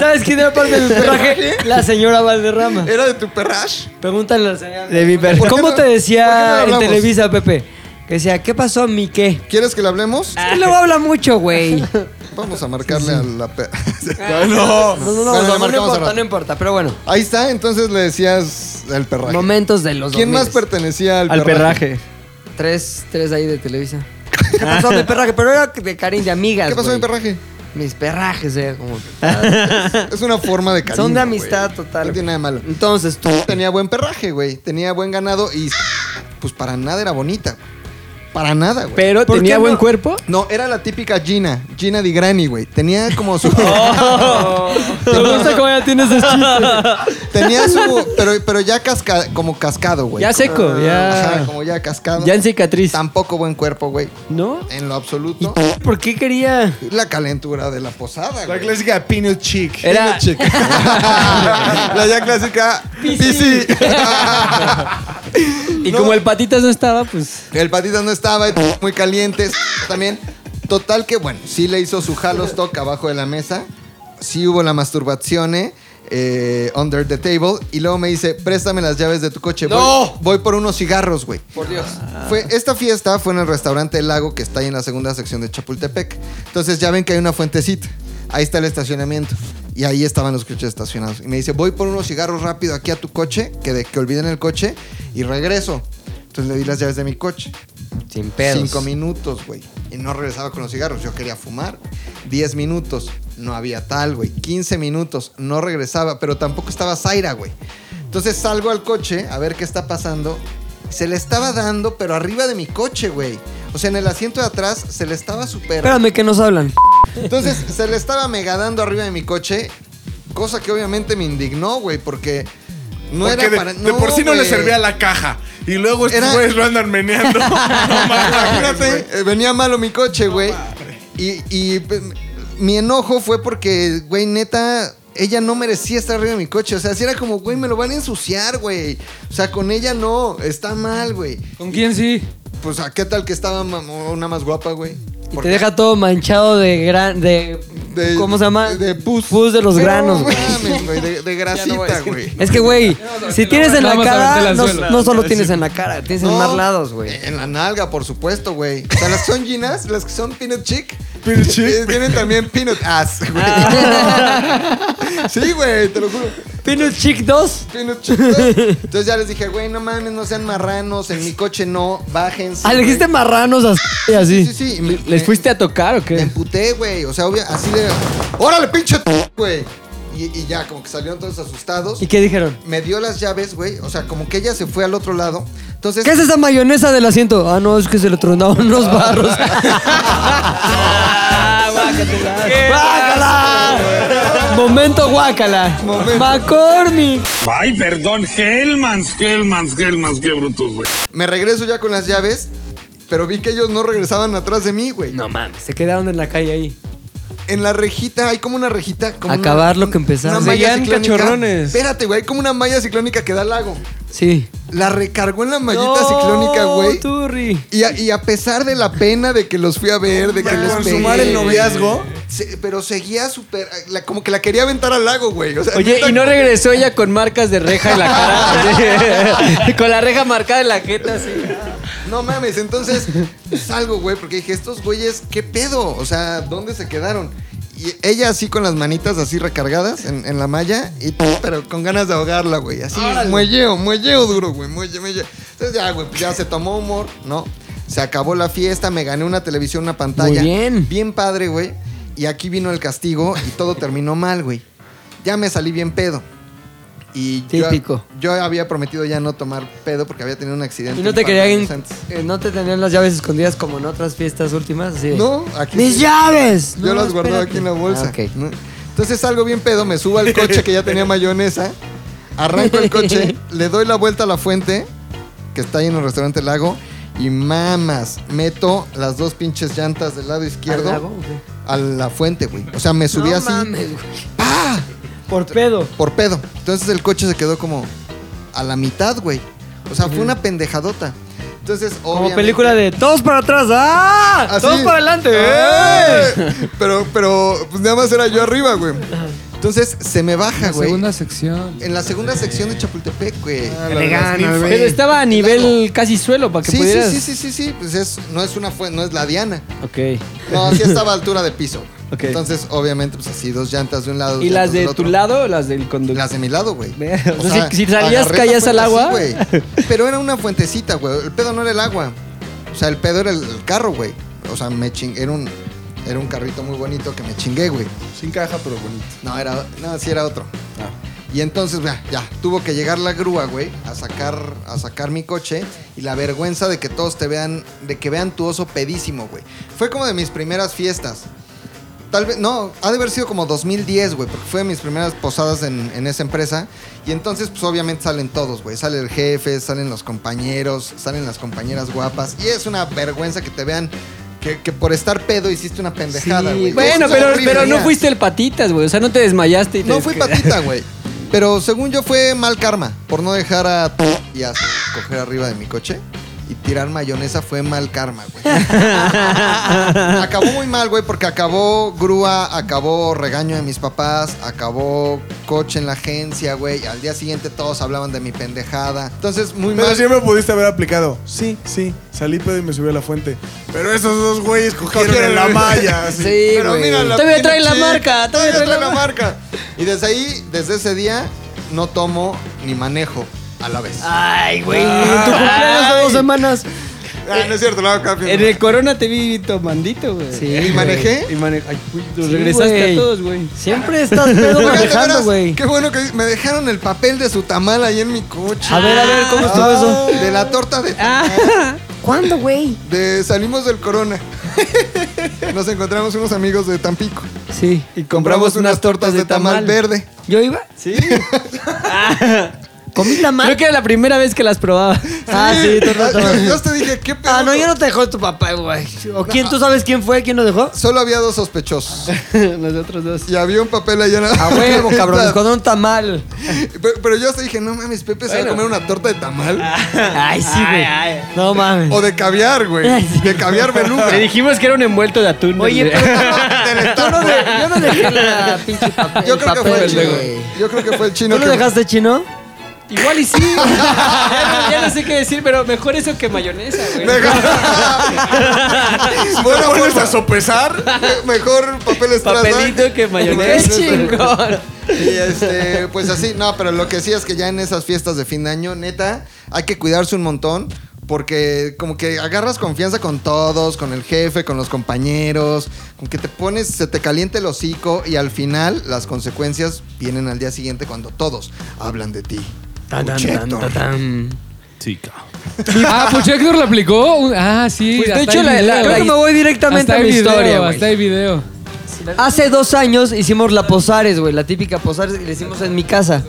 S2: ¿Sabes quién era parte del perraje? La señora Valderrama.
S6: ¿Era de tu perrash?
S2: Pregúntale a la señora. De mi perraje.
S6: ¿Por qué
S2: ¿Cómo
S6: no-
S2: te
S6: por qué no
S2: decía en
S6: hablamos?
S2: Televisa, Pepe? Que decía, ¿qué pasó, mi qué?
S6: ¿Quieres que le hablemos?
S2: Es que luego habla mucho, güey.
S6: Vamos a marcarle a la per...
S2: No, no, no,
S6: Bueno,
S2: no,
S6: le marcamos al
S2: importa,
S6: rato.
S2: no importa. Pero bueno,
S6: Ahí está, entonces le decías el perraje.
S2: momentos de los
S6: ¿Quién más
S2: 2000s.
S6: pertenecía al,
S2: Tres, tres ahí de Televisa. ¿Qué pasó, mi perraje? Pero era de cariño, de amigas,
S6: ¿Qué pasó,
S2: güey.
S6: mi perraje?
S2: Mis perrajes, eh, como que
S6: Es una forma de cariño.
S2: Son de
S6: güey.
S2: amistad total.
S6: No tiene nada de malo.
S2: Entonces tú.
S6: Tenía buen perraje, güey. Tenía buen ganado y pues para nada era bonita. güey. Para nada, güey.
S4: Pero
S2: ¿Por
S4: tenía
S2: qué
S4: buen
S2: no?
S4: cuerpo.
S6: No, era la típica Gina, Gina Di Granny, güey. Tenía como su
S4: ¿Te gusta cómo ya tienes ese
S6: tenía su pero pero ya casca, como cascado, güey.
S4: Ya seco,
S6: Ajá,
S4: ya.
S6: como ya cascado.
S4: Ya en cicatriz.
S6: Tampoco buen cuerpo, güey.
S4: ¿No?
S6: En lo absoluto.
S2: ¿Por qué quería?
S6: La calentura de la posada,
S1: La
S6: güey.
S1: clásica Peanut Chick.
S4: Era,
S6: la ya clásica Pisi.
S4: y como el patitas no estaba, pues.
S6: El patita no estaba, y muy calientes también. Total que, bueno, sí le hizo su halostock abajo de la mesa. Sí hubo la masturbación, eh, eh, under the table. Y luego me dice, préstame las llaves de tu coche.
S2: ¡No!
S6: Voy, voy por unos cigarros, güey. Por Dios. Fue, esta fiesta fue en el restaurante El Lago, que está ahí en la segunda sección de Chapultepec. Entonces ya ven que hay una fuentecita. Ahí está el estacionamiento. Y ahí estaban los coches estacionados. Y me dice, voy por unos cigarros rápido aquí a tu coche, que, de, que olviden el coche, y regreso. Entonces le di las llaves de mi coche.
S2: Sin pedos.
S6: Cinco minutos, güey. Y no regresaba con los cigarros. Yo quería fumar. Diez minutos. No había tal, güey. Quince minutos. No regresaba. Pero tampoco estaba Zaira, güey. Entonces salgo al coche a ver qué está pasando. Se le estaba dando, pero arriba de mi coche, güey. O sea, en el asiento de atrás se le estaba super.
S2: Espérame que nos hablan.
S6: Entonces se le estaba mega dando arriba de mi coche. Cosa que obviamente me indignó, güey. Porque no
S1: Porque
S6: era
S1: de,
S6: para.
S1: de por sí no le
S6: güey.
S1: servía la caja. Y luego estos
S6: Era-
S1: güeyes lo andan meneando. no mames, imagínate.
S6: Eh, Venía malo mi coche, güey. y y, pues, mi enojo fue porque, güey, neta, ella no merecía estar arriba de mi coche. O sea, si era como, güey, me lo van a ensuciar, güey. O sea, con ella no, está mal, güey.
S3: ¿Con quién sí?
S6: Pues, ¿a qué tal que estaba mam- una más guapa, güey?
S2: Y te
S6: Porque-
S2: deja todo manchado de gran. de.
S6: de-
S2: ¿Cómo se llama?
S6: De pus.
S2: Pus de los
S6: Pero,
S2: granos, güey.
S6: mames, güey, de, de grasita, güey.
S2: Es que, güey, si tienes en la
S3: Vamos a
S2: cara,
S3: verte la
S2: no,
S3: suela.
S2: no solo tienes en la cara, tienes en
S6: No, Eh.
S2: más lados, güey.
S6: En la nalga, por supuesto, güey. O sea, las que son ginas, las que son peanut chick.
S1: Peanut chick.
S6: eh, Tienen también peanut ass, güey.
S2: Ah.
S6: sí, güey, te lo juro.
S2: Peanut Chick 2.
S6: Peanut chick. Entonces ya les dije, güey, no mames, no sean marranos, en mi coche no, bájense.
S2: Ah, le
S6: güey.
S2: dijiste marranos así. así.
S6: Sí, sí, sí. me-
S4: ¿Les
S6: me-
S4: fuiste a tocar o
S6: Me
S4: qué?
S6: emputé, güey. O sea, obvio, así de. ¡Órale, pinche t- güey! Y, y ya, como que salieron todos asustados.
S2: ¿Y qué dijeron?
S6: Me dio las llaves, güey. O sea, como que ella se fue al otro lado. Entonces.
S2: ¿Qué es esa mayonesa del asiento? Ah, no, es que se le tronaron los barros.
S6: Ah,
S2: ¡Guácala! Momento guácala.
S6: Momento.
S2: McCormick.
S8: Ay, perdón, Hellmans, Hellmans, Hellmans, qué brutos, güey.
S6: Me regreso ya con las llaves, pero vi que ellos no regresaban atrás de mí, güey.
S2: No mames, se quedaron en la calle ahí.
S6: En la rejita hay como una rejita. Como una-
S2: Acabar lo que empezaron.
S6: una malla
S3: Seguían
S6: ciclónica.
S3: cachorrones.
S6: Espérate, güey, hay como una malla ciclónica que da al lago.
S2: Sí.
S6: La recargó en la mallita ciclónica, güey.
S2: Turri.
S6: Y a, y a pesar de la pena de que los fui a ver, de que
S1: Para
S6: les
S1: consumar
S6: pegué,
S1: el noviazgo.
S6: se- pero seguía súper. la- Como que la quería aventar al lago, güey. O sea,
S4: Oye,
S6: neta,
S4: ¿y no regresó ella con marcas de reja en la cara? Así, con la reja marcada en la jeta, así.
S6: No mames, entonces salgo, güey, porque dije, estos güeyes, ¿qué pedo? O sea, ¿dónde se quedaron? Y ella así con las manitas así recargadas en, en la malla, y, pero con ganas de ahogarla, güey. Así, muelleo, muelleo duro, güey, muelle, muelle. Entonces ya, güey, pues ya se tomó humor, ¿no? Se acabó la fiesta, me gané una televisión, una pantalla.
S2: Muy bien.
S6: Bien padre, güey. Y aquí vino el castigo y todo terminó mal, güey. Ya me salí bien pedo. Y yo-
S2: Típico.
S6: Yo, había prometido ya no tomar pedo porque había tenido un accidente.
S2: ¿Y no
S6: un
S2: te
S6: par de
S2: querían.
S6: años antes.
S2: eh, ¿No te tenían las llaves escondidas como en otras fiestas últimas? Así de,
S6: No, aquí.
S2: ¡Mis llaves!
S6: Yo
S2: No,
S6: las guardaba
S2: espérate.
S6: aquí en la bolsa.
S2: Ah, ok.
S6: ¿no? Entonces salgo bien pedo, me subo al coche que ya tenía mayonesa, arranco el coche, le doy la vuelta a la fuente, que está ahí en el restaurante Lago, y mamas, meto las dos pinches llantas del lado izquierdo
S2: ¿Al lago? Ok.
S6: a la fuente, güey. O sea, me subí
S2: No
S6: así
S2: mames, güey. Por pedo.
S6: por pedo. Entonces el coche se quedó como a la mitad, güey. O sea, fue una pendejadota. Entonces,
S2: Como
S6: obviamente-
S2: película de todos para atrás. ¡Ah!
S6: Así.
S2: Todos para adelante. ¡Eh!
S6: ¡Eh! Pero, pero, pues nada más era yo arriba, güey. Entonces se me baja, güey.
S3: Segunda sección.
S6: En la segunda sección de Chapultepec, güey.
S4: Pero estaba a nivel casi suelo para Ah, que
S6: Sí, sí,
S4: pudieras.
S6: sí, sí, sí, sí. Pues es, no es una fuente, no es la Diana.
S4: Ok.
S6: No, sí estaba a altura de piso.
S4: Ok.
S6: Entonces, obviamente, pues así, dos llantas de un lado. dos
S4: ¿Y las
S6: llantas del
S4: de tu
S6: otro.
S4: lado o las del conductor?
S6: Las de mi lado, güey.
S4: Ve, o sea, si- si salías,
S6: agarré la
S4: caías al agua.
S6: fuente así, güey. Pero era una fuentecita, güey. El pedo no era el agua. O sea, el pedo era el, el carro, güey. O sea, me chingué. Era un, era un carrito muy bonito que me chingué, güey.
S1: Sin caja, pero bonito.
S6: No, era, no, sí era otro. Y entonces, ya, ya, tuvo que llegar la grúa, güey, a sacar, a sacar mi coche. Y la vergüenza de que todos te vean, de que vean tu oso pedísimo, güey. Fue como de mis primeras fiestas. Tal vez, no, ha de haber sido como 2010, güey, porque fue de mis primeras posadas en, en esa empresa. Y entonces, pues obviamente salen todos, güey. Sale el jefe, salen los compañeros, salen las compañeras guapas. Y es una vergüenza que te vean que, que por estar pedo hiciste una pendejada, güey.
S4: Bueno,
S6: Es
S4: pero,
S6: horrible,
S4: pero no
S6: ya.
S4: fuiste el patitas, güey. O sea, no te desmayaste y te
S6: No fui patita, güey. Pero según yo fue mal karma por no dejar a t- y a coger arriba de mi coche. Y tirar mayonesa fue mal karma, güey. acabó muy mal, güey, porque acabó grúa, acabó regaño de mis papás, acabó coche en la agencia, güey. Al día siguiente todos hablaban de mi pendejada. Entonces, muy
S1: Pero
S6: mal.
S1: siempre pudiste haber aplicado. Sí, sí. Salí pedo y me subí a la fuente. Pero esos dos güeyes cogieron en la malla. así.
S4: Sí,
S6: Pero
S4: güey.
S6: mira, la
S4: Todavía
S6: tiene
S4: trae la
S6: chip,
S4: marca, todavía trae la
S6: marca. Y desde ahí, desde ese día, no tomo ni manejo a la vez. Ah,
S2: Ay, güey. Tu cumpleaños de dos semanas.
S1: Ah,
S6: no es cierto, no, cambio.
S4: En el corona te vi tomandito, güey.
S2: Sí,
S6: ¿Y manejé?
S4: Y mane- Ay, güey, los
S2: Sí,
S4: regresaste
S2: güey.
S4: a todos, güey.
S2: Siempre estás pedo
S6: Oigan, de
S2: manejando,
S6: veras,
S2: güey.
S6: Qué bueno que me dejaron el papel de su tamal ahí en mi coche. Ah,
S2: A ver, a ver, ¿cómo estuvo eso? Ah.
S6: De la torta de tamal.
S2: ¿Cuándo, güey?
S6: De salimos del corona. Nos encontramos unos amigos de Tampico.
S2: Sí.
S4: Y compramos unas tortas de tamal.
S6: verde.
S2: ¿Yo iba? Sí. ¿Comí tamal?
S4: Creo que era la primera vez que las probaba.
S2: Ah, sí, torta de
S6: Yo,
S2: tamal.
S6: yo te dije, ¿qué pedo?
S2: Ah, no, ya no te dejó tu papá, güey. ¿O quién? ¿Tú sabes quién fue? ¿Quién lo dejó?
S6: Solo había dos sospechosos.
S4: Nosotros dos.
S6: Y había un papel allá en la...
S2: A huevo, cabrón. Con un tamal.
S6: Pero, pero yo hasta dije, no mames, Pepe se va a comer una torta de tamal.
S2: Ah. Ay, sí, güey. No mames.
S6: O de caviar, güey. De caviar beluga.
S4: Le dijimos que era un envuelto de atún.
S2: Oye,
S4: güey.
S2: pero
S6: Del
S2: yo no,
S6: Starbucks.
S2: de- yo no dejé la pinche papel.
S6: Yo creo que
S2: papel,
S6: fue el chino.
S2: güey.
S6: Yo creo que fue el chino
S2: ¿Tú lo
S6: que-
S2: dejaste chino?
S4: Igual y sí. güey. ya, no, ya no sé qué decir, pero mejor eso que mayonesa, güey.
S6: Buena
S1: ¿Vuelves
S6: forma.
S1: a sopesar?
S6: Me- Mejor papel estrada.
S4: Papelito que mayonesa.
S6: Qué
S4: chingón.
S6: Y este, pues así, no, pero lo que sí es que ya en esas fiestas de fin de año, neta, hay que cuidarse un montón. Porque como que agarras confianza con todos, con el jefe, con los compañeros, con que te pones, se te caliente el hocico y al final las consecuencias vienen al día siguiente cuando todos hablan de ti.
S2: Tan, tan, tan, tan, tan.
S5: Sí, cabrón.
S3: Ah, pues Héctor la aplicó. Un- Ah, sí.
S2: Pues, de
S3: hasta
S2: hecho,
S3: hay
S2: la-
S3: video,
S2: la- creo
S3: güey.
S2: que me voy directamente
S3: Hasta hay
S2: a mi
S3: video,
S2: historia, güey.
S3: Hasta hay video.
S2: Hace dos años hicimos la Posares, güey, la típica Posares que le hicimos en mi casa.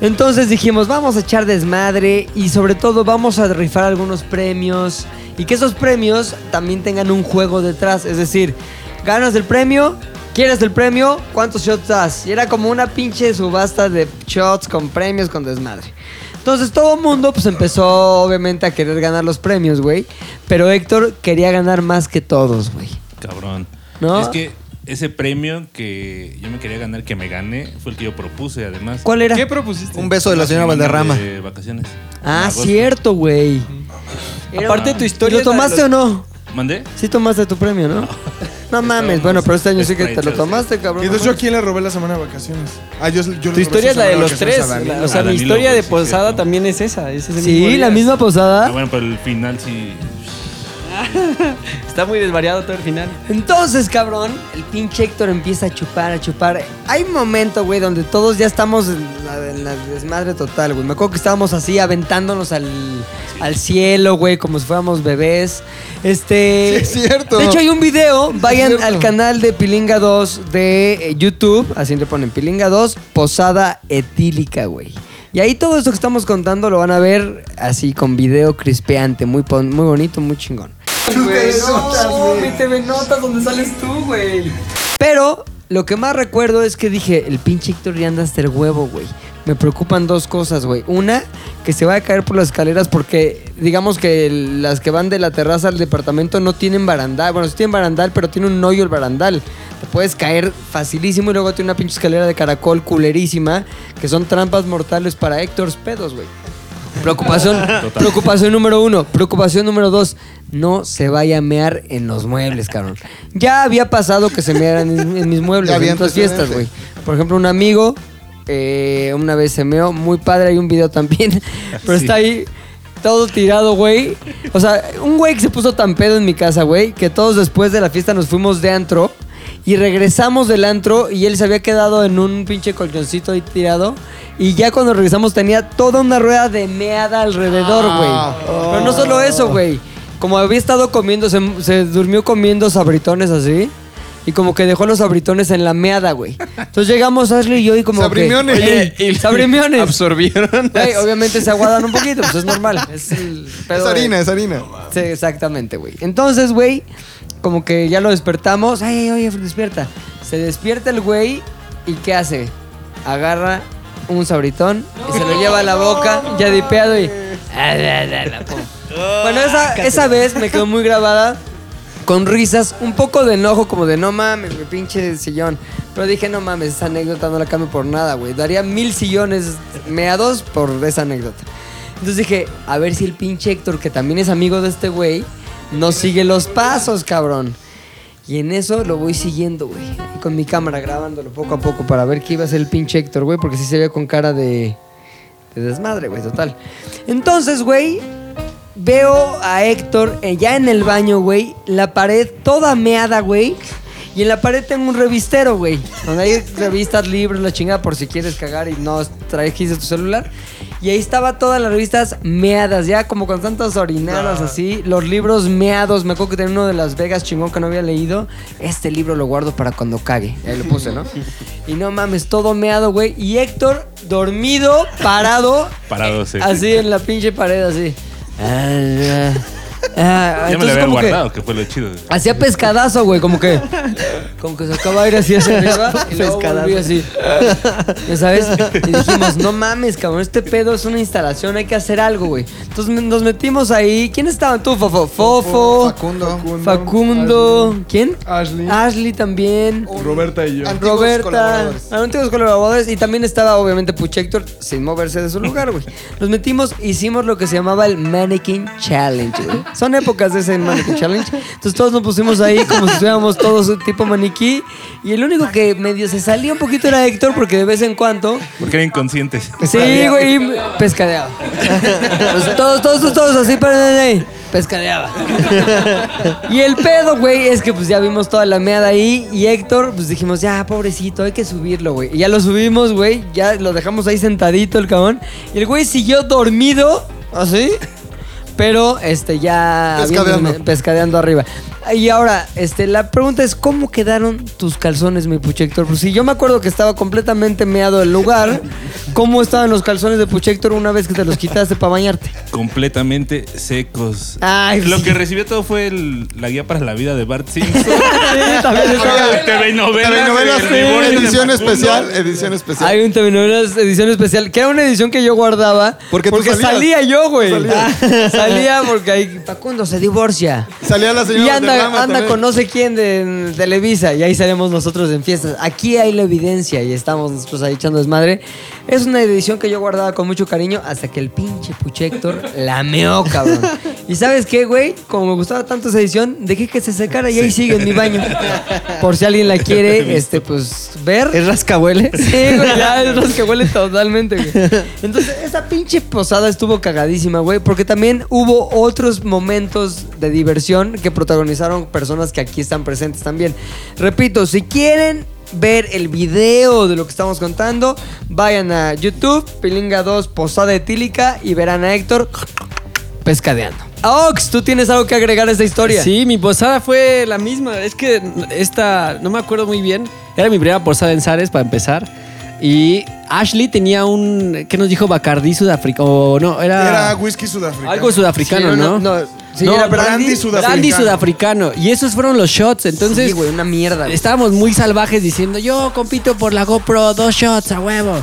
S2: Entonces dijimos, vamos a echar desmadre y sobre todo vamos a rifar algunos premios y que esos premios también tengan un juego detrás. Es decir, ganas el premio, quieres el premio, ¿cuántos shots das? Y era como una pinche subasta de shots con premios, con desmadre. Entonces todo el mundo pues empezó obviamente a querer ganar los premios, güey. Pero Héctor quería ganar más que todos, güey.
S5: Cabrón.
S2: ¿No?
S5: Es que ese premio que yo me quería ganar, que me gané, fue el que yo propuse, además.
S2: ¿Cuál era?
S3: ¿Qué propusiste?
S6: Un beso de la
S5: Una
S6: señora
S5: semana
S6: Valderrama.
S5: De vacaciones. En
S2: Ah,
S5: agosto.
S2: cierto, güey. Era-
S4: Aparte tu historia
S2: ¿Lo
S4: es la de
S2: tomaste
S4: los-
S2: o no?
S5: ¿Mandé?
S2: Sí tomaste tu premio, ¿no? No, mames. Bueno, pero este año sí que te lo
S5: Sprite,
S2: tomaste, cabrón.
S1: Entonces, ¿yo a quién le robé la semana de vacaciones? Ah, yo, yo le
S4: Tu
S1: robé
S4: historia
S1: su
S4: es la de
S1: semana
S4: los tres.
S1: vacaciones a Danilo.
S4: la- o sea,
S5: A
S4: mi
S5: Danilo,
S4: historia
S5: güey,
S4: de
S5: sí,
S4: posada
S5: cierto.
S4: también es esa. es ese mismo
S2: Sí,
S4: día.
S2: la misma
S5: Ah,
S2: posada.
S5: bueno, pero el final sí.
S4: Está muy desvariado todo el final.
S2: Entonces, cabrón, el pinche Héctor empieza a chupar, a chupar. Hay un momento, güey, donde todos ya estamos en la, en la desmadre total, güey. Me acuerdo que estábamos así aventándonos al, al cielo, güey, como si fuéramos bebés. Este.
S6: Sí, es cierto.
S2: De hecho, hay un video. Vayan al canal de Pilinga 2 de eh, YouTube. Así le ponen Pilinga 2, Posada Etílica, güey. Y ahí todo esto que estamos contando lo van a ver así con video crispeante, muy, pon- muy bonito, muy chingón. Pero lo que más recuerdo es que dije, el pinche Héctor ya anda hasta el huevo, güey. Me preocupan dos cosas, güey. Una, que se va a caer por las escaleras porque digamos que el- las que van de la terraza al departamento no tienen barandal. Bueno, sí tienen barandal, pero tiene un hoyo el barandal. Te puedes caer facilísimo y luego tiene una pinche escalera de caracol culerísima que son trampas mortales para Héctor's pedos, güey. Preocupación, preocupación número uno. Preocupación número dos. No se vaya a mear en los muebles, cabrón. Ya había pasado que se mearan en, en mis muebles,
S6: Ya había
S2: en otras fiestas, güey.
S6: antecedentes.
S2: Por ejemplo, un amigo eh, una vez se meó, muy padre, hay un video también, pero está ahí todo tirado, güey. O sea, un güey que se puso tan pedo en mi casa, güey, que todos después de la fiesta nos fuimos de antro y regresamos del antro y él se había quedado en un pinche colchoncito ahí tirado. Y ya cuando regresamos tenía toda una rueda de meada alrededor, güey. Pero no solo eso, güey. Como había estado comiendo, se, se durmió comiendo sabritones así. Y como que dejó los sabritones en la meada, güey. Entonces llegamos Ashley y yo y como
S6: Sabrimiones.
S2: que... Ey, sabrimiones.
S3: Absorbieron.
S2: Güey, obviamente se aguadan un poquito, pues es normal. Es, el pedo
S6: Es
S2: de-
S6: harina, es harina.
S2: Sí, exactamente, güey. Entonces, güey, como que ya lo despertamos. Ay, ay, oye, despierta. Se despierta el güey y ¿qué hace? Agarra un sabritón y se lo lleva a la boca, ya dipeado y... Bueno, esa, esa vez me quedó muy grabada con risas, un poco de enojo, como de no mames, mi pinche sillón. Pero dije, no mames, esa anécdota no la cambio por nada, güey. Daría mil sillones meados por esa anécdota. Entonces dije, a ver si el pinche Héctor, que también es amigo de este güey, no sigue los pasos, cabrón. Y en eso lo voy siguiendo, güey. Y Con mi cámara grabándolo poco a poco para ver qué iba a ser el pinche Héctor, güey, porque sí se veía con cara de, de desmadre, güey, total. Entonces, güey, veo a Héctor eh, ya en el baño, güey, la pared toda meada, güey. Y en la pared tengo un revistero, güey. Donde hay revistas libres, la chingada, por si quieres cagar y no trajiste tu celular. Y ahí estaba todas las revistas meadas, ya como con tantas orinadas así. Los libros meados. Me acuerdo que tenía uno de Las Vegas chingón que no había leído. Este libro lo guardo para cuando cague. Ahí lo puse, ¿no? Y no mames, todo meado, güey. Y Héctor, dormido, parado,
S5: Parado, sí.
S2: Así en la pinche pared, así. Ah, ah, ah,
S5: ya me lo
S2: entonces
S5: habían
S2: como que
S5: guardado, que, fue lo chido.
S2: Hacía pescadazo, güey, como que. Como que sacaba aire así hacia arriba y luego volvía así. ¿Ya sabes? Y dijimos, no mames, cabrón, este pedo es una instalación, hay que hacer algo, güey. Entonces me- nos metimos ahí. ¿Quién estaban tú, Fofo? Fofo,
S6: Facundo.
S2: Facundo. ¿Quién?
S3: Ashley. Oh,
S2: Ashley también.
S3: Roberta y yo.
S6: Antiguos
S2: Roberta,
S6: colaboradores.
S2: antiguos colaboradores y también estaba obviamente Puchector sin moverse de su lugar, güey. Nos metimos, hicimos lo que se llamaba el Mannequin Challenge. güey. Son épocas de ese Maniquí Challenge. Entonces todos nos pusimos ahí como si estuviéramos todos tipo maniquí. Y el único que medio se salía un poquito era Héctor porque de vez en cuando...
S5: Porque eran inconscientes.
S2: Sí, güey, pescadeaba. Pues todos, todos, todos así, para pescadeaba. Y el pedo, güey, es que pues ya vimos toda la meada ahí y Héctor, pues dijimos, ya, pobrecito, hay que subirlo, güey. Y ya lo subimos, güey, ya lo dejamos ahí sentadito el cabrón. Y el güey siguió dormido, así, pero este ya...
S6: Pescadeando.
S2: viéndome- pescadeando arriba. Y ahora, este, la pregunta es, ¿cómo quedaron tus calzones, mi Puchector? Pues si yo me acuerdo que estaba completamente meado el lugar, ¿cómo estaban los calzones de Puchector una vez que te los quitaste para bañarte?
S5: Completamente secos.
S2: Ay,
S5: Lo
S2: sí.
S5: que recibió todo fue el- la guía para la vida de Bart Simpson.
S2: También estaba-
S5: TV novelas.
S6: Telenovelas,
S5: el divorcio de
S6: edición
S5: Facundo.
S6: especial, edición especial.
S2: Hay un telenovelas edición especial, que era una edición que yo guardaba.
S6: Porque tú salías.
S2: salía yo, güey. Ah,
S6: salías.
S2: Salía porque ahí. Facundo se divorcia.
S6: Salía la señora
S2: Y anda,
S6: Valderrama
S2: anda
S6: también.
S2: con no sé quién de en Televisa y ahí salimos nosotros en fiestas. Aquí hay la evidencia y estamos nosotros ahí echando desmadre. Es una edición que yo guardaba con mucho cariño hasta que el pinche Puchector la meó, cabrón. Y sabes qué, güey, como me gustaba tanto esa edición, dejé que se secara y ahí sigue en mi baño. Por si alguien la quiere, este, pues ver.
S4: ¿Es rascabueles?
S2: Sí, güey, ya es los que huele totalmente, güey. Entonces, esa pinche posada estuvo cagadísima, güey, porque también hubo otros momentos de diversión que protagonizaron personas que aquí están presentes también. Repito, si quieren ver el video de lo que estamos contando, vayan a YouTube, Pilinga 2, Posada Etílica y verán a Héctor pescadeando. Ox, tú tienes algo que agregar a esta historia.
S4: Sí, mi posada fue la misma. Es que esta, no me acuerdo muy bien. Era mi primera posada en Sares para empezar. Y Ashley tenía un, ¿qué nos dijo? Bacardí sudafricano. O no, era...
S1: Era whisky sudafricano.
S4: Algo sudafricano,
S2: Sí,
S4: ¿no?
S2: no, sí, era
S1: brandy sudafricano.
S4: brandy sudafricano. Y esos fueron los shots. Entonces,
S2: Sí, güey, una mierda. güey.
S4: estábamos muy salvajes diciendo, yo compito por la GoPro, dos shots a huevo.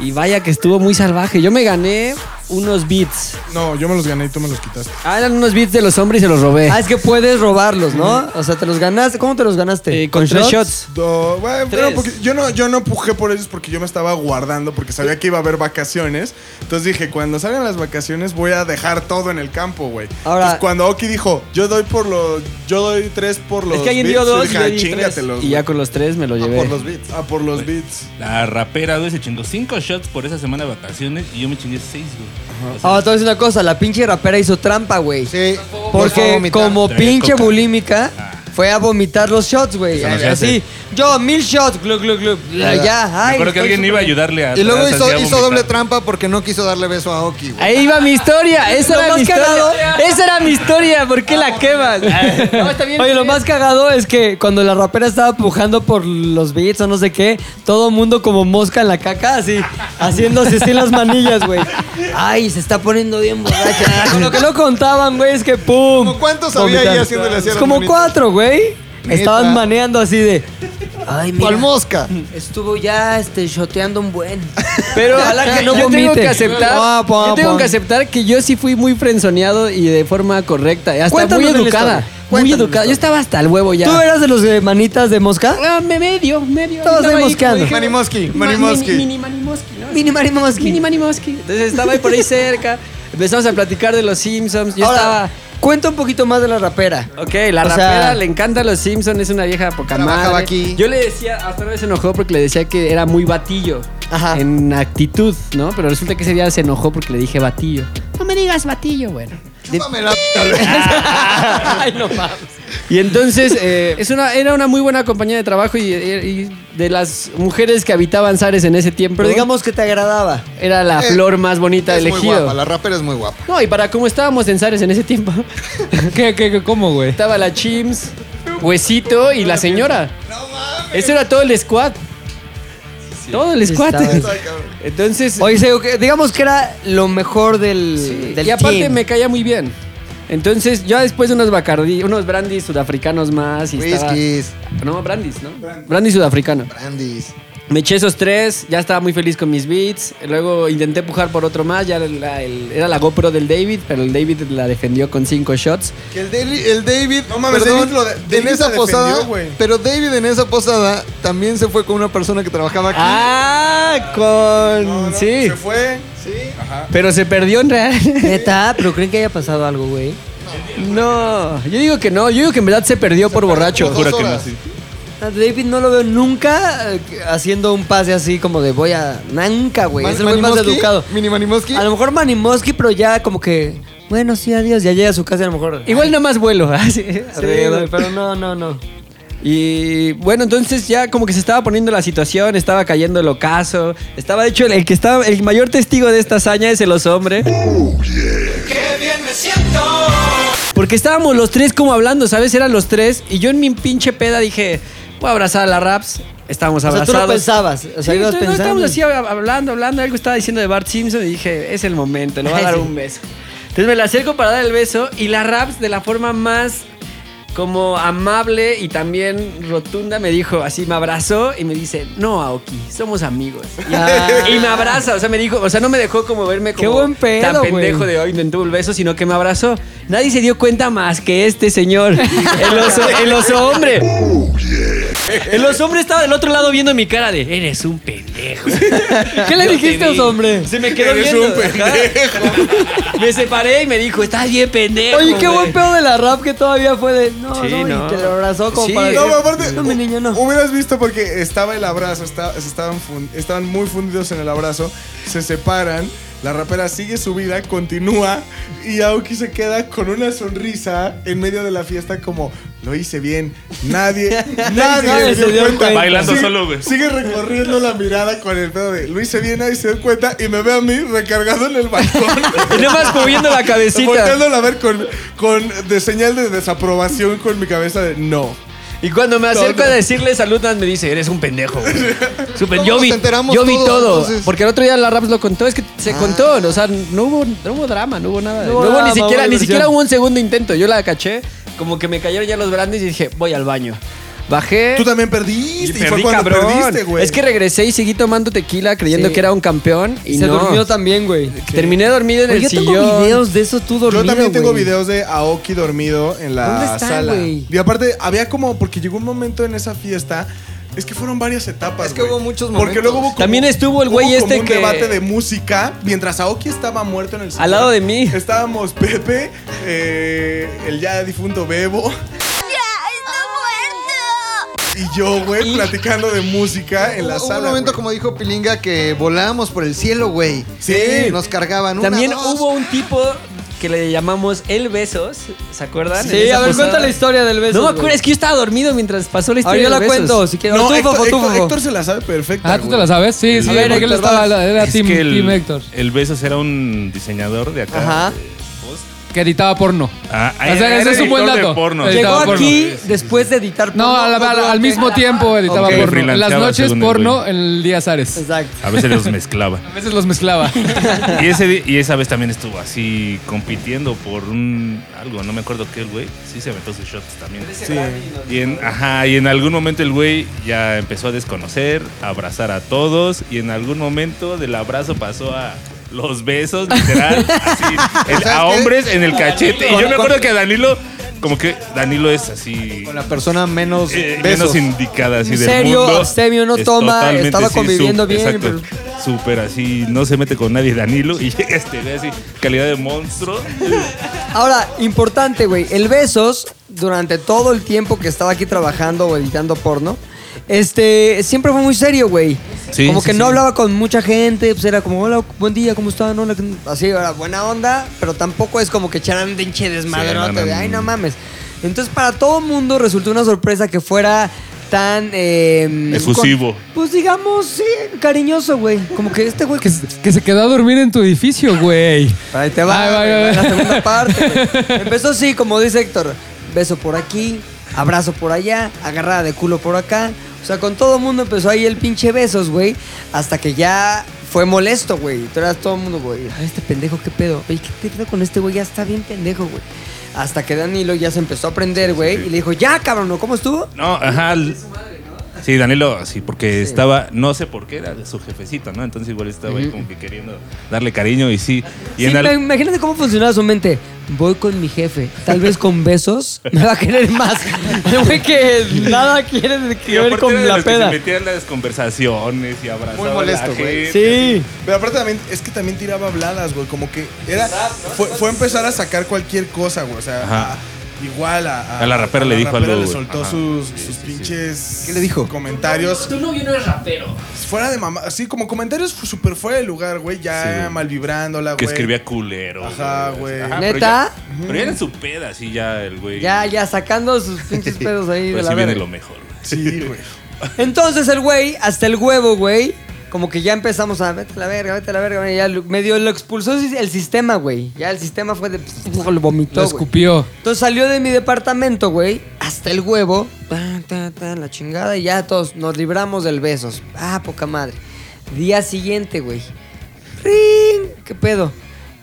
S4: Y vaya que estuvo muy salvaje. Yo me gané unos beats.
S1: No, yo me los gané y tú me los quitaste.
S4: Ah, eran unos beats de los hombres y se los robé.
S2: Ah, es que puedes robarlos, ¿no? O sea, te los ganaste. ¿Cómo te los ganaste?
S4: Eh, con tres shots.
S1: Do- bueno, pero
S4: Tres.
S1: porque yo no, yo no pujé por ellos porque yo me estaba guardando porque sabía que iba a haber vacaciones. Entonces dije, cuando salgan las vacaciones voy a dejar todo en el campo, güey.
S2: Ahora-
S1: Entonces, cuando Oki dijo, yo doy por los, yo doy tres por los
S4: Es que alguien dio
S1: beats", yo
S4: dos y
S1: dije,
S4: yo
S1: "Ah,
S4: di
S1: chíngatelos,
S4: tres. Y ya con los tres me lo
S1: güey".
S4: llevé.
S1: Ah, por los beats. Ah, por los beats.
S5: La rapera, güey, se chingó cinco shots por esa semana de vacaciones y yo me chingué seis, güey. O sea,
S2: Ahora Ah, te voy a decir una cosa, la pinche rapera hizo trampa, güey.
S6: Sí, nos fue a
S2: Porque
S6: vomitar.
S2: como
S5: Traía
S2: pinche
S5: coca.
S2: bulímica,
S5: Ah.
S2: fue a vomitar los shots, güey.
S5: Eso no se
S2: Así, yo, mil shots, glu, glu, glu. Ya,
S5: me
S2: ay,
S5: acuerdo que
S2: estoy
S5: alguien iba a
S2: súper-
S5: ayudarle a.
S6: Y luego
S5: atrás, así
S6: hizo,
S5: a
S6: hizo
S5: vomitar.
S6: doble trampa porque no quiso darle beso a Oki, güey.
S4: Ahí va mi historia, esa
S2: Lo
S4: era
S2: más
S4: mi
S2: cagado.
S4: historia. Esa era mi historia, ¿por qué la quemas? No, está bien.
S2: Ah, Oye, lo más cagado es que cuando la rapera estaba pujando por los beats o no sé qué, todo mundo como mosca en la caca, así, haciendo así en las manillas, güey. Ay, se está poniendo bien borracha. Con lo que no contaban, güey, es que pum.
S6: ¿Como cuántos había ahí
S2: Vomitar.
S6: haciéndole así a las
S2: Como
S6: manitas?
S2: cuatro, güey.
S6: Neta.
S2: Estaban maneando así de. Ay, mira.
S6: Cual mosca.
S2: Estuvo ya este shoteando un buen.
S4: Pero
S2: Ojalá que no
S4: yo tengo
S2: vomite.
S4: que aceptar,
S2: Ah, pa,
S4: yo tengo
S2: pa.
S4: que aceptar que yo sí fui muy frenzoneado y de forma correcta, hasta
S2: Cuéntanos de
S4: muy
S2: la
S4: educada,
S2: historia.
S4: muy
S2: Cuéntanos
S4: educada.
S2: de la
S4: Yo estaba hasta el huevo ya.
S2: ¿Tú eras de los de manitas de mosca?
S4: Ah, me medio, medio.
S2: Todos
S4: Estaba
S2: ahí
S4: como
S2: mosqueando.
S4: dije,
S6: Manimoski,
S4: ma-
S6: Manimoski.
S4: mini- Mini Manimoski, ¿no?
S2: Mini Mari Mosqui.
S4: Mini Manimoski. Entonces estaba ahí por ahí cerca, empezamos a platicar de los Simpsons, yo
S2: Ahora,
S4: estaba
S2: cuenta un poquito más de la rapera.
S4: Ok, la
S2: O sea-
S4: rapera le encanta los Simpsons, es una vieja poca
S6: Trabajaba
S4: madre.
S6: aquí.
S4: Yo le decía, hasta una vez se enojó porque le decía que era muy batillo
S2: Ajá.
S4: en actitud, ¿no? Pero resulta que ese día se enojó porque le dije batillo. No me digas batillo, bueno.
S6: Chúpame la-
S4: Ay, no mames. Y entonces, eh, es una, era una muy buena compañía de trabajo y, y de las mujeres que habitaban Zares en ese tiempo,
S2: Pero digamos que te agradaba.
S4: era la
S6: Eh,
S4: flor más bonita
S6: Es
S4: del
S6: muy
S4: ejido.
S6: guapa, la rapera es muy guapa.
S4: No, y para cómo estábamos en Zares en ese tiempo,
S3: ¿Qué, qué, qué, cómo, güey?
S4: estaba la Chims, Huesito y la señora. Ese era todo el squad. Todo el squad.
S2: Estaba-
S4: Entonces,
S2: Oye, se- que- digamos que era lo mejor del, del
S4: y aparte
S2: team.
S4: me caía muy bien. Entonces, ya después de unos Bacardí, unos brandies sudafricanos más y estaba-
S6: Whiskies,
S4: No, brandies, ¿no? Brandy sudafricano.
S6: brandies.
S4: Me eché esos tres, ya estaba muy feliz con mis beats. Luego intenté pujar por otro más, ya la- el- era la GoPro del David, pero el David la defendió con cinco shots.
S6: Que el, Daily- el David,
S1: No mames, David lo de-
S6: en
S1: David
S6: esa
S1: la defendió,
S6: posada,
S1: güey.
S6: pero David en esa posada también se fue con una persona que trabajaba aquí.
S4: Ah, con...
S1: No, no,
S4: sí,
S1: Se fue.
S4: pero se perdió en real.
S2: Neta, pero creen que haya pasado algo, güey.
S4: No, yo digo que no. Yo digo que en verdad se perdió por borracho.
S5: Juro que no,
S6: horas.
S5: sí.
S2: A David no lo veo nunca eh, haciendo un pase así como de voy a. Nunca, güey. Es el güey más
S6: Manimoski,
S2: educado.
S6: Mini Manimoski.
S2: A lo mejor Manimoski, pero ya como que. Bueno, sí, adiós. Ya llega a su casa y a lo mejor.
S4: Igual nada más vuelo. ah, sí,
S2: Sí,
S4: arriba.
S2: güey, pero no, no, no.
S4: Y bueno, entonces ya como que se estaba poniendo la situación, estaba cayendo el ocaso. Estaba, de hecho, el, el que estaba, el mayor testigo de esta hazaña es el osombre. Porque estábamos los tres como hablando, ¿sabes? Eran los tres. Y yo en mi pinche peda dije, voy a abrazar a la raps. Estábamos
S2: O sea,
S4: abrazados.
S2: tú lo pensabas. O
S4: Sí,
S2: sea, ibas
S4: entonces, no, estábamos
S2: pensando.
S4: así hab- hablando, hablando, algo estaba diciendo de Bart Simpson y dije, es el momento, le voy a
S2: Ay,
S4: dar
S2: sí.
S4: un beso. Entonces me la acerco para dar el beso y la Raps de la forma más como amable y también rotunda me dijo, así me abrazó y me dice, no Aoki, somos amigos. Y, y me abraza, o sea, me dijo, o sea, no me dejó como verme como
S2: Ah. Qué buen pedo,
S4: tan pendejo
S2: güey.
S4: de hoy, no tuvo el beso, sino que me abrazó. Nadie se dio cuenta más que este señor, el oso, el oso hombre.
S5: Oh,
S4: El oso hombre estaba del otro lado viendo mi cara de, eres un pendejo.
S2: ¿Qué le
S4: Yo
S2: dijiste
S4: te
S2: a
S4: vi.
S2: ese hombre?
S4: Se me quedó
S5: Eres
S4: viendo.
S5: un
S4: ajá. Me separé y me dijo, estás bien pendejo.
S2: Oye, qué
S4: güey".
S2: buen pedo de la rap que todavía fue de. No,
S4: Sí,
S2: no,
S4: no.
S2: Y te lo abrazó como
S4: Sí.
S2: para.
S4: No, uh,
S2: decir,
S1: No, aparte,
S2: No, mi niño, no.
S1: Hubieras visto porque estaba el abrazo, esta- se estaban, fun- estaban muy fundidos en el abrazo, se separan, la rapera sigue su vida, continúa y Aoki se queda con una sonrisa en medio de la fiesta como lo hice bien, nadie, nadie,
S2: Nadie
S1: se dio cuenta.
S5: Bailando
S1: Sigue-
S5: solo, güey.
S1: Sigue recorriendo la mirada con el pedo de lo hice bien, nadie se dio cuenta y me ve a mí recargado en el balcón.
S4: Y nada más moviendo la cabecita.
S1: Volteándola a ver con, con de señal de desaprobación con mi cabeza de no.
S4: Y cuando me acerco
S1: No, no.
S4: a decirle saludas, me dice, eres un pendejo. güey". Súper,
S6: ¿Cómo
S4: yo
S6: nos
S4: vi,
S6: enteramos
S4: yo vi
S6: todos,
S4: todo.
S6: entonces?
S4: Porque el otro día la Raps lo contó, es que se contó. O sea, no hubo, no hubo drama, no hubo nada. No
S2: No hubo
S4: hubo,
S2: drama,
S4: ni siquiera,
S2: hubo
S4: ni
S2: diversión.
S4: siquiera hubo un segundo intento. Yo la caché, como que me cayeron ya los brandes y dije, voy al baño. Bajé.
S1: Tú también perdiste.
S4: Y
S1: Y, fue
S4: perdí,
S1: cuando
S4: cabrón.
S1: perdiste, güey.
S4: Es que regresé y seguí tomando tequila creyendo
S2: Sí.
S4: que era un campeón y
S2: se
S4: no.
S2: durmió también, güey.
S4: Terminé dormido en
S2: Oye,
S4: el
S2: yo
S4: sillón.
S2: tengo videos de eso tú dormido.
S1: Yo también tengo
S2: güey.
S1: videos de Aoki dormido en la
S2: ¿Dónde está,
S1: sala.
S2: güey?
S1: Y aparte, había como, porque llegó un momento en esa fiesta. Es que fueron varias etapas.
S6: Es que
S1: güey.
S6: hubo muchos
S1: Porque
S6: momentos.
S1: luego hubo como-
S4: También estuvo el
S1: hubo
S4: güey
S1: como
S4: este
S1: un
S4: que-
S1: debate de música. Mientras Aoki estaba muerto en el sillón,
S4: lado de mí.
S1: Estábamos Pepe, eh, el ya difunto Bebo. Y yo, güey, platicando de música en la
S6: Hubo
S1: sala.
S6: un momento,
S1: güey.
S6: como dijo Pilinga, que volábamos por el cielo, güey.
S1: Sí.
S6: Nos cargaban. Una,
S4: También
S6: dos.
S4: hubo un tipo que le llamamos El Besos, ¿se acuerdan? En
S2: Sí,
S4: esa
S2: a ver,
S4: posada.
S2: cuenta la historia del beso.
S4: No me
S2: güey.
S4: acuerdo, es que yo estaba dormido mientras pasó la
S2: Ahora
S4: historia.
S2: yo la
S4: del Besos.
S2: cuento, si quieres.
S1: No,
S2: tú,
S1: Héctor,
S2: Fofo, tú,
S1: Héctor-
S2: Fofo.
S1: Héctor se la sabe perfecta.
S3: Ah, tú te
S1: güey.
S3: la sabes. Sí, sí,
S1: A ver,
S3: porque él
S1: Héctor
S3: estaba, era
S5: Es
S3: team,
S5: que el,
S3: team Héctor,
S5: el Besos era un diseñador de acá.
S2: Ajá.
S3: que editaba porno.
S5: Ah,
S3: O sea,
S5: era
S3: ese es un buen
S5: editor de
S3: dato.
S5: porno.
S3: Editaba
S2: Llegó
S3: porno.
S2: aquí después de editar
S3: No,
S2: porno,
S3: a la- a la- al
S2: durante-
S3: mismo tiempo editaba
S5: Ok.
S3: porno. En las
S5: Freelanceaba,
S3: noches
S5: según el
S3: porno,
S5: güey.
S3: en el día Zares.
S2: Exacto.
S5: A veces los mezclaba.
S3: A veces los mezclaba.
S5: Y, ese, di- y esa vez también estuvo así compitiendo por un algo, no me acuerdo qué el güey. Sí se aventó sus shots también. Y en, ajá, y en algún momento el güey ya empezó a desconocer, a abrazar a todos y en algún momento del abrazo pasó a los besos, literal, así, el-
S6: ¿Sabes
S5: a
S6: qué?
S5: hombres en el cachete. Y yo me acuerdo que Danilo, como que Danilo es así...
S6: Con la persona menos
S5: eh,
S6: besos.
S5: menos indicada así
S2: En
S5: del
S2: serio,
S5: mundo.
S2: abstemio, no
S5: Es
S2: toma,
S5: totalmente,
S2: estaba conviviendo
S5: sup-
S2: bien,
S5: exacto. Súper así, no se mete con nadie Danilo y llega este güey así, calidad de monstruo.
S2: Ahora, importante, güey. El Besos, durante todo el tiempo que estaba aquí trabajando o editando porno, este, siempre fue muy serio, güey.
S5: Sí,
S2: como
S5: sí,
S2: que no
S5: sí.
S2: hablaba con mucha gente, pues era como, hola, buen día, ¿cómo están? Hola, ¿qué-?" así, era buena onda, pero tampoco es como que echaran de hinche desmadrote,
S5: Sí, no, no,
S2: de, ay, no
S5: no.
S2: mames. Entonces, para todo mundo resultó una sorpresa que fuera tan... eh,
S5: Efusivo.
S2: con- pues digamos, sí, cariñoso, güey. Como que este güey
S3: que, se- que se quedó a dormir en tu edificio, güey.
S2: Ahí te va,
S3: Ahí va,
S2: güey,
S3: ahí va.
S2: la segunda parte. güey. Empezó así, como dice Héctor. Beso por aquí, abrazo por allá, agarrada de culo por acá. O sea, con todo el mundo empezó ahí el pinche besos, güey. Hasta que ya fue molesto, güey. Tú eras todo el mundo, güey. "Ay, Este pendejo, ¿qué pedo? Oye, ¿qué pedo con este güey? Ya está bien pendejo, güey. Hasta que Danilo ya se empezó a prender, güey. Y le dijo, ya, cabrón, ¿no? ¿cómo estuvo?
S5: No, ajá. Sí, Danilo, sí, porque estaba, no sé por qué, era su jefecito, ¿no? Entonces igual estaba ahí como que queriendo darle cariño y sí. Y
S2: Sí,
S5: en al-
S2: pero Imagínate cómo funcionaba su mente. Voy con mi jefe. Tal vez con besos me va a querer más. El güey que nada quiere de-
S5: y
S2: que
S5: aparte
S2: ver
S5: era
S2: con
S5: de
S2: la
S5: los que
S2: peda.
S5: se metían en las conversaciones y abrazaba
S6: Muy molesto,
S5: a la
S6: güey.
S5: gente.
S2: Sí.
S1: Pero aparte también, es que también tiraba habladas, güey. Como que era. Fue, fue empezar a sacar cualquier cosa, güey. O sea, ah,
S5: Ajá.
S1: a- igual a,
S5: A la rapera le dijo algo,
S1: le
S5: güey.
S1: soltó
S5: Ajá.
S1: sus,
S5: Sí,
S1: sus
S5: sí, sí.
S1: pinches.
S6: ¿Qué le dijo?
S1: Comentarios.
S4: Tu novio no es rapero.
S1: Fuera de mamá. Así como comentarios fu- súper fuera de lugar, güey. Ya
S5: Sí.
S1: malvibrándola, güey.
S5: Que escribía culero.
S1: Ajá, güey.
S5: Ajá, Ah, pero
S2: ¿Neta?
S5: ya- Pero ya, era en su peda, así ya el güey.
S2: Ya, ya, sacando sus pinches pedos ahí
S5: Pero
S2: de
S5: sí
S2: la
S5: viene
S2: verga.
S5: lo mejor. güey.
S1: Sí, güey.
S2: Entonces el güey, hasta el huevo, güey, como que ya empezamos a, vete a la verga, vete a la verga. Ya lo- medio lo expulsó el sistema, güey. Ya el sistema fue de, pues, lo
S3: Lo
S2: vomitó, güey.
S3: escupió.
S2: Entonces salió de mi departamento, güey, hasta el huevo, tan, tan, tan, la chingada, y ya todos nos libramos del besos. Ah, poca madre. Día siguiente, güey. ¡Ring! ¿Qué pedo?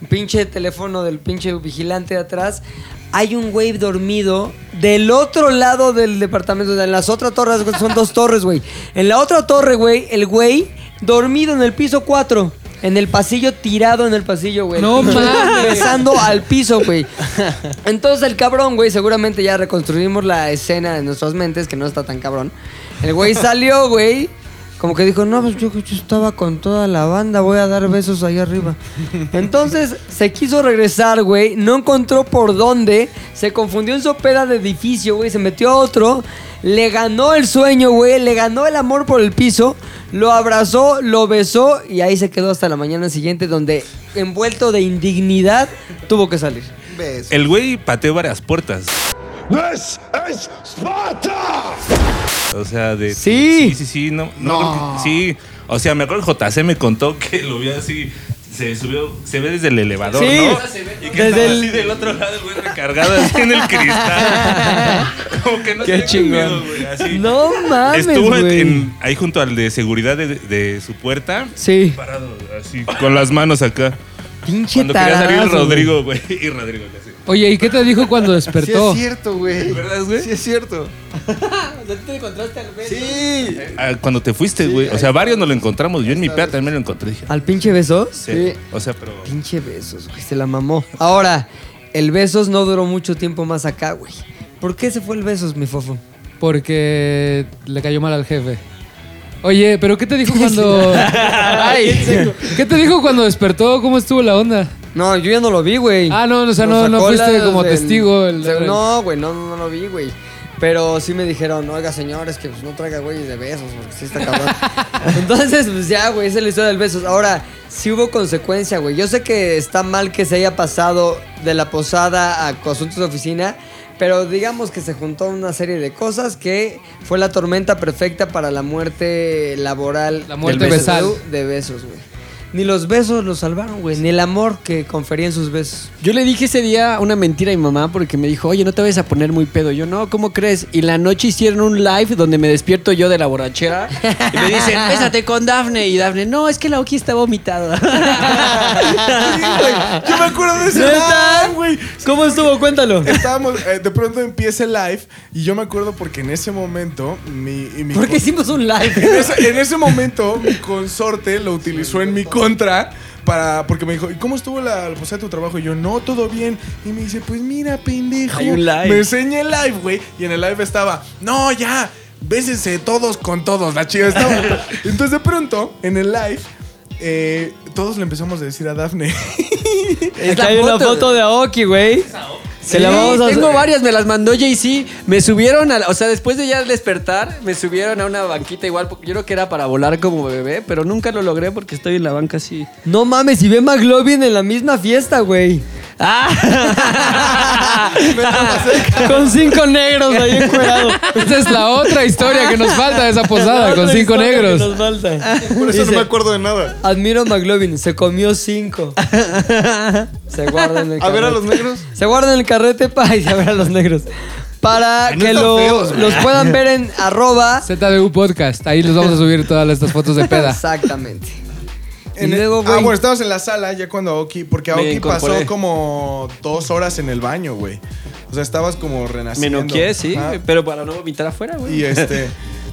S2: Pinche teléfono del pinche vigilante de atrás. Hay un güey dormido del otro lado del departamento. En las otras torres, güey, son dos torres, güey. En la otra torre, güey, el güey dormido en el piso 4. En el pasillo, tirado en el pasillo, güey.
S3: No mames.
S2: Besando al piso, güey. Entonces el cabrón, güey, seguramente ya reconstruimos la escena de nuestras mentes, que no está tan cabrón. El güey salió, güey. Como que dijo, no, pues yo, yo estaba con toda la banda, voy a dar besos ahí arriba. Entonces se quiso regresar, güey, no encontró por dónde, se confundió en su peda de edificio, güey, se metió a otro, le ganó el sueño, güey, le ganó el amor por el piso, lo abrazó, lo besó y ahí se quedó hasta la mañana siguiente donde, envuelto de indignidad, tuvo que salir.
S6: Beso.
S5: El güey pateó varias puertas. O sea, de.
S2: Sí.
S5: Sí, sí, sí, no. no creo que- sí. O sea, me acuerdo que JC me contó que lo vio así. Se subió, se ve desde el elevador,
S2: Sí.
S5: ¿no? Y que
S2: Desde
S5: estaba
S2: el-
S5: así del otro lado, el güey, recargado así en el cristal. Como que no
S3: Qué
S5: tenía
S3: chingón.
S5: miedo, güey, así.
S2: No mames,
S5: Estuvo en-
S2: güey.
S5: en- ahí junto al de seguridad de, de su puerta,
S2: Sí.
S5: parado así, con las manos acá.
S2: Pinche
S5: Cuando quería salir
S2: tarazo,
S5: Rodrigo, güey. Y Rodrigo le hacía.
S3: Oye, ¿y qué te dijo cuando
S6: Sí es
S3: despertó?
S6: cierto, güey.
S5: ¿Verdad, güey?
S6: Sí es cierto.
S4: te encontraste al beso?
S6: Sí.
S5: Ah, Cuando te fuiste, güey. O sea, varios nos lo encontramos. Yo en mi peda también lo encontré. Dije,
S2: güey. ¿Al pinche besos?
S5: sí. O sea, pero.
S2: Pinche besos, güey. Se la mamó. Ahora, el besos no duró mucho tiempo más acá, güey. ¿Por qué se fue el besos, mi fofo?
S3: Porque le cayó mal al jefe. Oye, pero ¿qué te dijo cuando. Ay, ¿Qué te dijo cuando despertó? ¿Cómo estuvo la onda?
S2: No, yo ya no lo vi, güey.
S3: Ah, no, o sea,
S2: Nos
S3: no, no
S2: sacó
S3: fuiste
S2: las
S3: como
S2: del-
S3: testigo. el-
S2: o sea, no, güey, no, no, no lo vi, güey. Pero sí me dijeron, oiga, señores, que pues, no traiga güeyes de besos, porque sí está cabrón. Entonces, pues ya, güey, esa es la historia del besos. Ahora, sí hubo consecuencia, güey. Yo sé que está mal que se haya pasado de la posada a asuntos de oficina, pero digamos que se juntó una serie de cosas que fue la tormenta perfecta para la muerte laboral.
S3: La muerte
S2: del
S3: besal.
S2: besos, De besos, güey. Ni los besos lo salvaron, güey. Ni el amor que conferían sus besos.
S4: Yo le dije ese día una mentira a mi mamá porque me dijo, oye, no te vayas a poner muy pedo. Yo, no, ¿cómo crees? Y la noche hicieron un live donde me despierto yo de la borrachera y me dicen, pésate con Dafne. Y Dafne, no, es que la Oki está vomitada.
S1: Yo me acuerdo de ese
S2: ¿Neta?
S1: live, güey.
S2: ¿Cómo estuvo? Cuéntalo.
S1: Estábamos, eh, de pronto empieza el live y yo me acuerdo porque en ese momento mi, y mi
S2: ¿Por qué
S1: con-
S2: hicimos un
S1: en,
S2: live?
S1: ese, en ese momento mi consorte lo utilizó en mi contra para porque me dijo, "¿Y cómo estuvo la la posada de tu trabajo?" Y yo, "No, todo bien." Y me dice, "Pues mira, pendejo."
S4: Hay un live.
S1: Me enseña el live, güey, y en el live estaba, "No, ya, bésense todos con todos, la chida estaba." Entonces, de pronto, en el live eh, todos le empezamos a decir a Dafne.
S2: Es la foto, de Aoki, güey. Se la
S4: Sí,
S2: vamos a
S4: Tengo varias, me las mandó JC. Me subieron a. la- O sea, después de ya despertar, me subieron a una banquita igual. porque Yo creo que era para volar como bebé, pero nunca lo logré porque estoy en la banca así.
S2: No mames, y ve McLovin en la misma fiesta, güey. Con cinco negros ahí encuerado.
S3: Esa es la otra historia que nos falta de esa posada, con cinco negros.
S4: Ah,
S6: Por eso no
S2: Dice-
S6: me acuerdo de nada.
S2: Admiro a McLovin, se comió cinco. Se guarda en el
S6: A ver a
S2: carrete.
S6: los negros.
S2: Se guarda en el carrete para a ver a los negros. Para
S6: Ay, no
S2: que
S6: están
S2: lo-
S6: feos, güey.
S2: los puedan ver en arroba.
S3: ZDU Podcast. Ahí les vamos a subir todas estas fotos de peda.
S2: Exactamente. Y
S1: En el-
S2: luego,
S1: ah,
S2: güey.
S1: bueno, estábamos en la sala ya cuando Aoki. Porque
S4: Me
S1: Aoki
S4: incorporé.
S1: pasó como dos horas en el baño, güey. O sea, estabas como
S4: Me
S1: renaciendo.
S4: noqué, sí,
S1: Ajá.
S4: pero para no vomitar afuera, güey.
S1: Y este.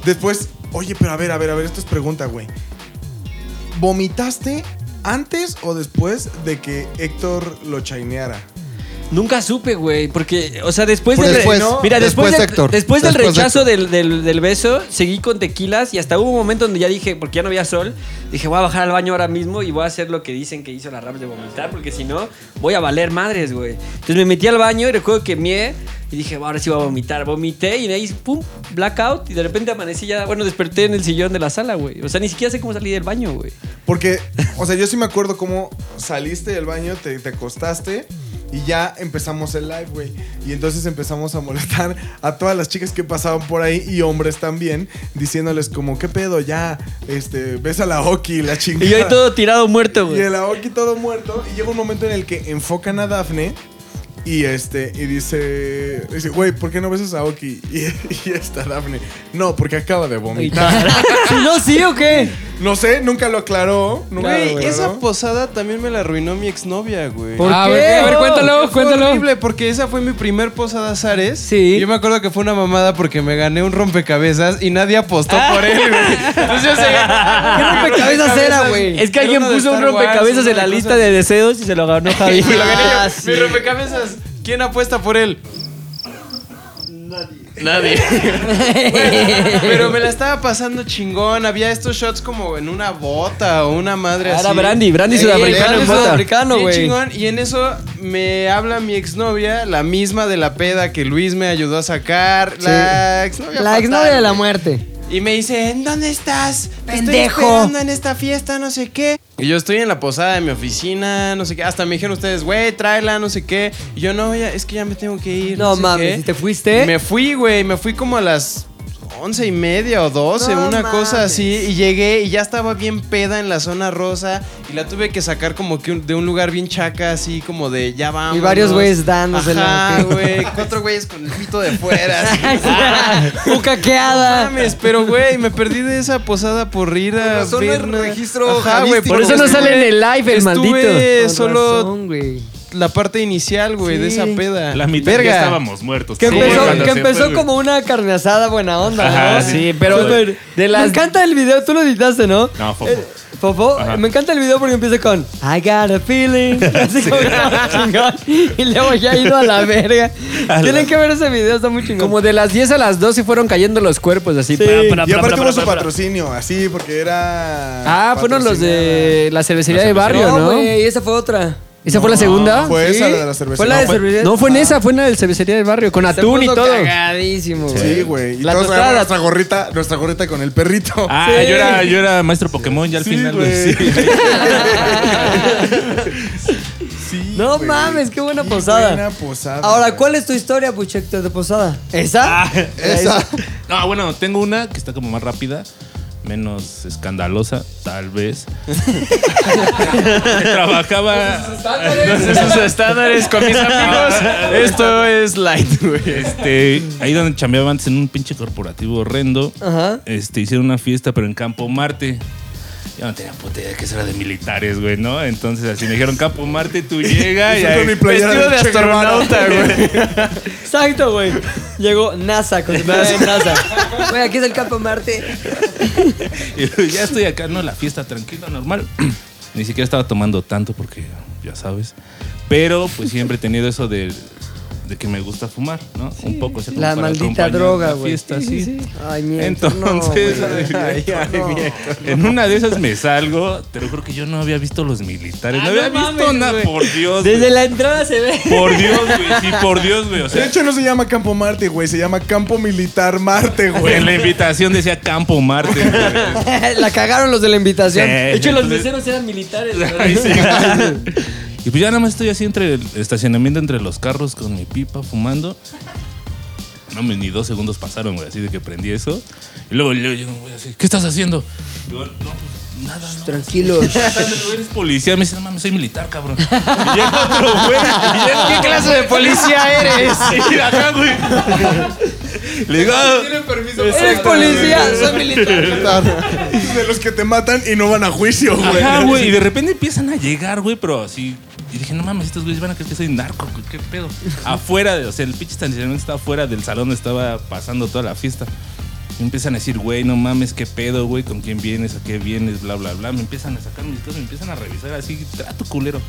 S1: Después, oye, pero a ver, a ver, a ver, esto es pregunta, güey. ¿Vomitaste antes o después de que Héctor lo chaineara?
S4: Nunca supe, güey, porque, o sea, después
S6: Por
S4: del
S6: después,
S4: mira, después, del,
S6: después Héctor,
S4: después del
S6: después
S4: rechazo del, del- del beso, seguí con tequilas y hasta hubo un momento donde ya dije, porque ya no había sol, dije, voy a bajar al baño ahora mismo y voy a hacer lo que dicen que hizo la Rams de vomitar, porque si no, voy a valer madres, güey. Entonces me metí al baño y recuerdo que mié y dije, "Bueno, ahora sí voy a vomitar. Vomité y de ahí, pum, blackout y de repente amanecí ya, bueno, desperté en el sillón de la sala, güey. O sea, ni siquiera sé cómo salí del baño, güey.
S1: Porque, o sea, yo sí me acuerdo cómo saliste del baño, te, te acostaste y ya empezamos el live, güey. Y entonces empezamos a molestar a todas las chicas que pasaban por ahí y hombres también, diciéndoles como, ¿qué pedo? Ya, este, ves a la Oki, la chingada.
S4: Y yo ahí todo tirado muerto,
S1: Y
S4: güey.
S1: el Aoki todo muerto. Y llega un momento en el que enfocan a Daphne. Y este, y dice, dice, güey, ¿por qué no besas a Aoki? Y, y está Daphne. No, porque acaba de vomitar.
S2: Si no, sí o qué.
S1: No sé, nunca lo aclaró. Nunca lo
S10: Güey,
S1: aclaró.
S10: esa posada también me la arruinó mi exnovia, güey.
S2: ¿Por
S3: Ah,
S2: qué?
S3: güey, a ver, cuéntalo,
S10: Fue
S3: cuéntalo.
S10: horrible porque esa fue mi primer posada Zares.
S2: Sí.
S10: Yo me acuerdo que fue una mamada porque me gané un rompecabezas y nadie apostó por él, güey. Entonces yo sé.
S2: ¿Qué rompecabezas era, güey?
S4: Es que
S10: Era
S4: alguien
S10: uno de
S4: puso un
S10: Star Wars,
S4: rompecabezas
S10: una
S4: en la
S10: cosa
S4: lista de
S10: así.
S4: deseos y se lo ganó Javi.
S10: Me lo gané yo.
S2: Ah,
S10: Mi
S2: sí.
S10: rompecabezas. ¿Quién apuesta por él?
S4: Nadie.
S10: Pero me la estaba pasando chingón. Había estos shots como en una bota o una
S2: Ah,
S10: madre así.
S4: Era Brandy, Brandy
S10: Eh,
S4: sudafricano
S10: Brandy
S4: en bota.
S10: sudafricano,
S4: Bien
S10: güey.
S4: chingón.
S10: chingón. Y en eso me habla mi exnovia, la misma de la peda que Luis me ayudó a sacar. La exnovia.
S2: La
S10: fatal,
S2: exnovia de la
S10: güey.
S2: muerte.
S10: Y me dice, ¿en dónde estás? Te
S2: Pendejo.
S10: Estoy esperando en esta fiesta, no sé qué. Y yo estoy en la posada de mi oficina, no sé qué. Hasta me dijeron ustedes, güey, tráela, no sé qué. Y yo, no, ya, es que ya me tengo que ir.
S2: No
S10: sé
S2: mames,
S10: qué".
S2: ¿y te fuiste?
S10: Me fui, güey, me fui como a las once y media o doce,
S2: No
S10: una cosa
S2: mames.
S10: así. Y llegué y ya estaba bien peda en la zona rosa. Y la tuve que sacar como que un- de un lugar bien chaca, así como de ya vamos.
S2: varios güeyes dándosela,
S10: Ajá,
S2: ok.
S10: güey. Cuatro güeyes con el pito de fuera. así.
S2: Pucaqueada.
S10: Mames, pero güey, me perdí de esa posada por ir
S6: Con
S10: a
S6: razón no
S10: ver
S6: hay
S10: nada.
S6: registro
S10: Ajá, güey,
S6: javístico,
S4: Por eso no
S10: estuve-
S4: sale en el live, el maldito.
S10: Estuve
S2: Con
S10: solo
S2: razón, güey.
S10: la parte inicial, güey, de esa
S2: Sí.
S10: peda.
S5: La mitad
S10: Verga.
S5: ya estábamos muertos.
S2: Que
S5: Sí,
S2: empezó,
S5: cuando
S2: que
S5: se
S2: empezó
S5: fue,
S2: como una carne asada buena onda,
S5: Ajá,
S2: ¿no?
S5: sí,
S4: pero
S2: Súper.
S4: de las-
S2: Me encanta el video, tú lo editaste, ¿no?
S5: No, Fofo.
S2: Eh, Fofo,
S5: Ajá.
S2: me encanta el video porque empieza con I got a feeling. Así como chingón. Y luego ya ha ido a la verga. Tienen que ver ese video, está muy chingón.
S4: Como de las 10 a las 12 fueron cayendo los cuerpos así.
S2: Sí.
S4: pa, pa,
S1: Y
S4: pa,
S1: aparte
S4: pa,
S1: hubo
S4: pa,
S1: su
S4: pa.
S1: patrocinio, así, porque era.
S4: Ah, fueron los de la cervecería
S5: La
S4: de barrio,
S5: cervecería.
S2: no,
S4: ¿no?
S2: güey, esa fue otra.
S4: ¿Esa fue la segunda?
S1: Fue esa
S2: Sí,
S1: la de la cervecería.
S2: Fue la de cervecería.
S4: No, fue en esa, fue en la del cervecería del barrio, con
S2: Se
S4: atún y
S2: puso
S4: todo.
S2: Cagadísimo, güey.
S1: Sí, güey. Y
S4: La
S1: todos
S4: tostada.
S1: traíamos nuestra gorrita, nuestra gorrita con el perrito.
S5: Ah,
S2: Sí.
S5: yo, era, yo era maestro Pokémon ya al
S1: Sí,
S5: final, güey.
S1: güey.
S5: Sí.
S1: Sí,
S2: No
S1: güey.
S2: mames, qué buena
S1: Qué
S2: posada.
S1: Buena posada.
S2: Ahora,
S1: güey.
S2: ¿cuál es tu historia, Puchecto, de posada? ¿Esa?
S6: Esa.
S5: No, bueno, tengo una que está como más rápida, menos escandalosa, tal vez. Trabajaba.
S10: Esos estándares con mis amigos. Esto es light, güey.
S5: Este, ahí donde chambeaba antes en un pinche corporativo horrendo.
S2: Ajá.
S5: Este, hicieron una fiesta, pero en Campo Marte. Yo no tenía puta idea que eso era de militares, güey, ¿no? Entonces así me dijeron, Campo Marte, tú llega y
S1: Yo con mi
S5: ahí,
S1: playera
S10: Vestido de
S1: Che Guevara.
S10: astronauta, güey.
S2: Exacto, güey. Llegó NASA con su playera de NASA. Güey, aquí es el campo Marte.
S5: y yo, ya estoy acá, ¿no? La fiesta tranquila, normal. Ni siquiera estaba tomando tanto porque, ya sabes. Pero pues siempre he tenido eso de, de que me gusta fumar, ¿no? Un poco. o sea, como
S2: La
S5: para
S2: maldita
S5: acompañar
S2: droga,
S5: la
S2: güey.
S5: fiesta, sí.
S2: Ay, mierda.
S5: Entonces, en una de esas me salgo, pero creo que yo no había visto los
S10: Ah,
S5: militares. no había visto nada, por Dios.
S2: Desde
S5: güey.
S2: la entrada se ve.
S5: Por Dios, güey. Sí, por Dios, güey. O
S1: De
S5: sea,
S1: hecho, no se llama Campo Marte, güey. Se llama Campo Militar Marte, güey.
S5: en la invitación decía Campo Marte. güey.
S2: La cagaron los de la invitación.
S5: Sí,
S2: de hecho, los
S5: entonces-
S2: meseros eran militares.
S5: Ahí
S2: güey.
S5: sí. Y pues ya nada más estoy así entre el estacionamiento, entre los carros, con mi pipa, fumando. No, ni dos segundos pasaron, güey, así de que prendí eso. Y luego yo, yo güey, así, ¿qué estás haciendo? Y yo, no, pues nada, no.
S2: Tranquilos.
S5: Tú eres policía, me dice, no mames, soy militar, cabrón. Y llega otro güey. y llega-
S10: ¿Qué clase de policía eres?
S5: Sí, ajá, güey. Le digo, "Ah,
S2: Eres policía, soy militar.
S1: De los que te matan y no van a juicio, güey.
S5: ajá, güey. Y de repente empiezan a llegar, güey, pero así. Y dije, no mames, estos güeyes van a creer que soy narco, güey, qué pedo. Afuera, de, o sea, el pinche estacionamiento estaba afuera del salón donde estaba pasando toda la fiesta. Me empiezan a decir, güey, no mames, qué pedo, güey, con quién vienes, a qué vienes, bla, bla, bla. Me empiezan a sacar mis cosas, me empiezan a revisar así, trato culero.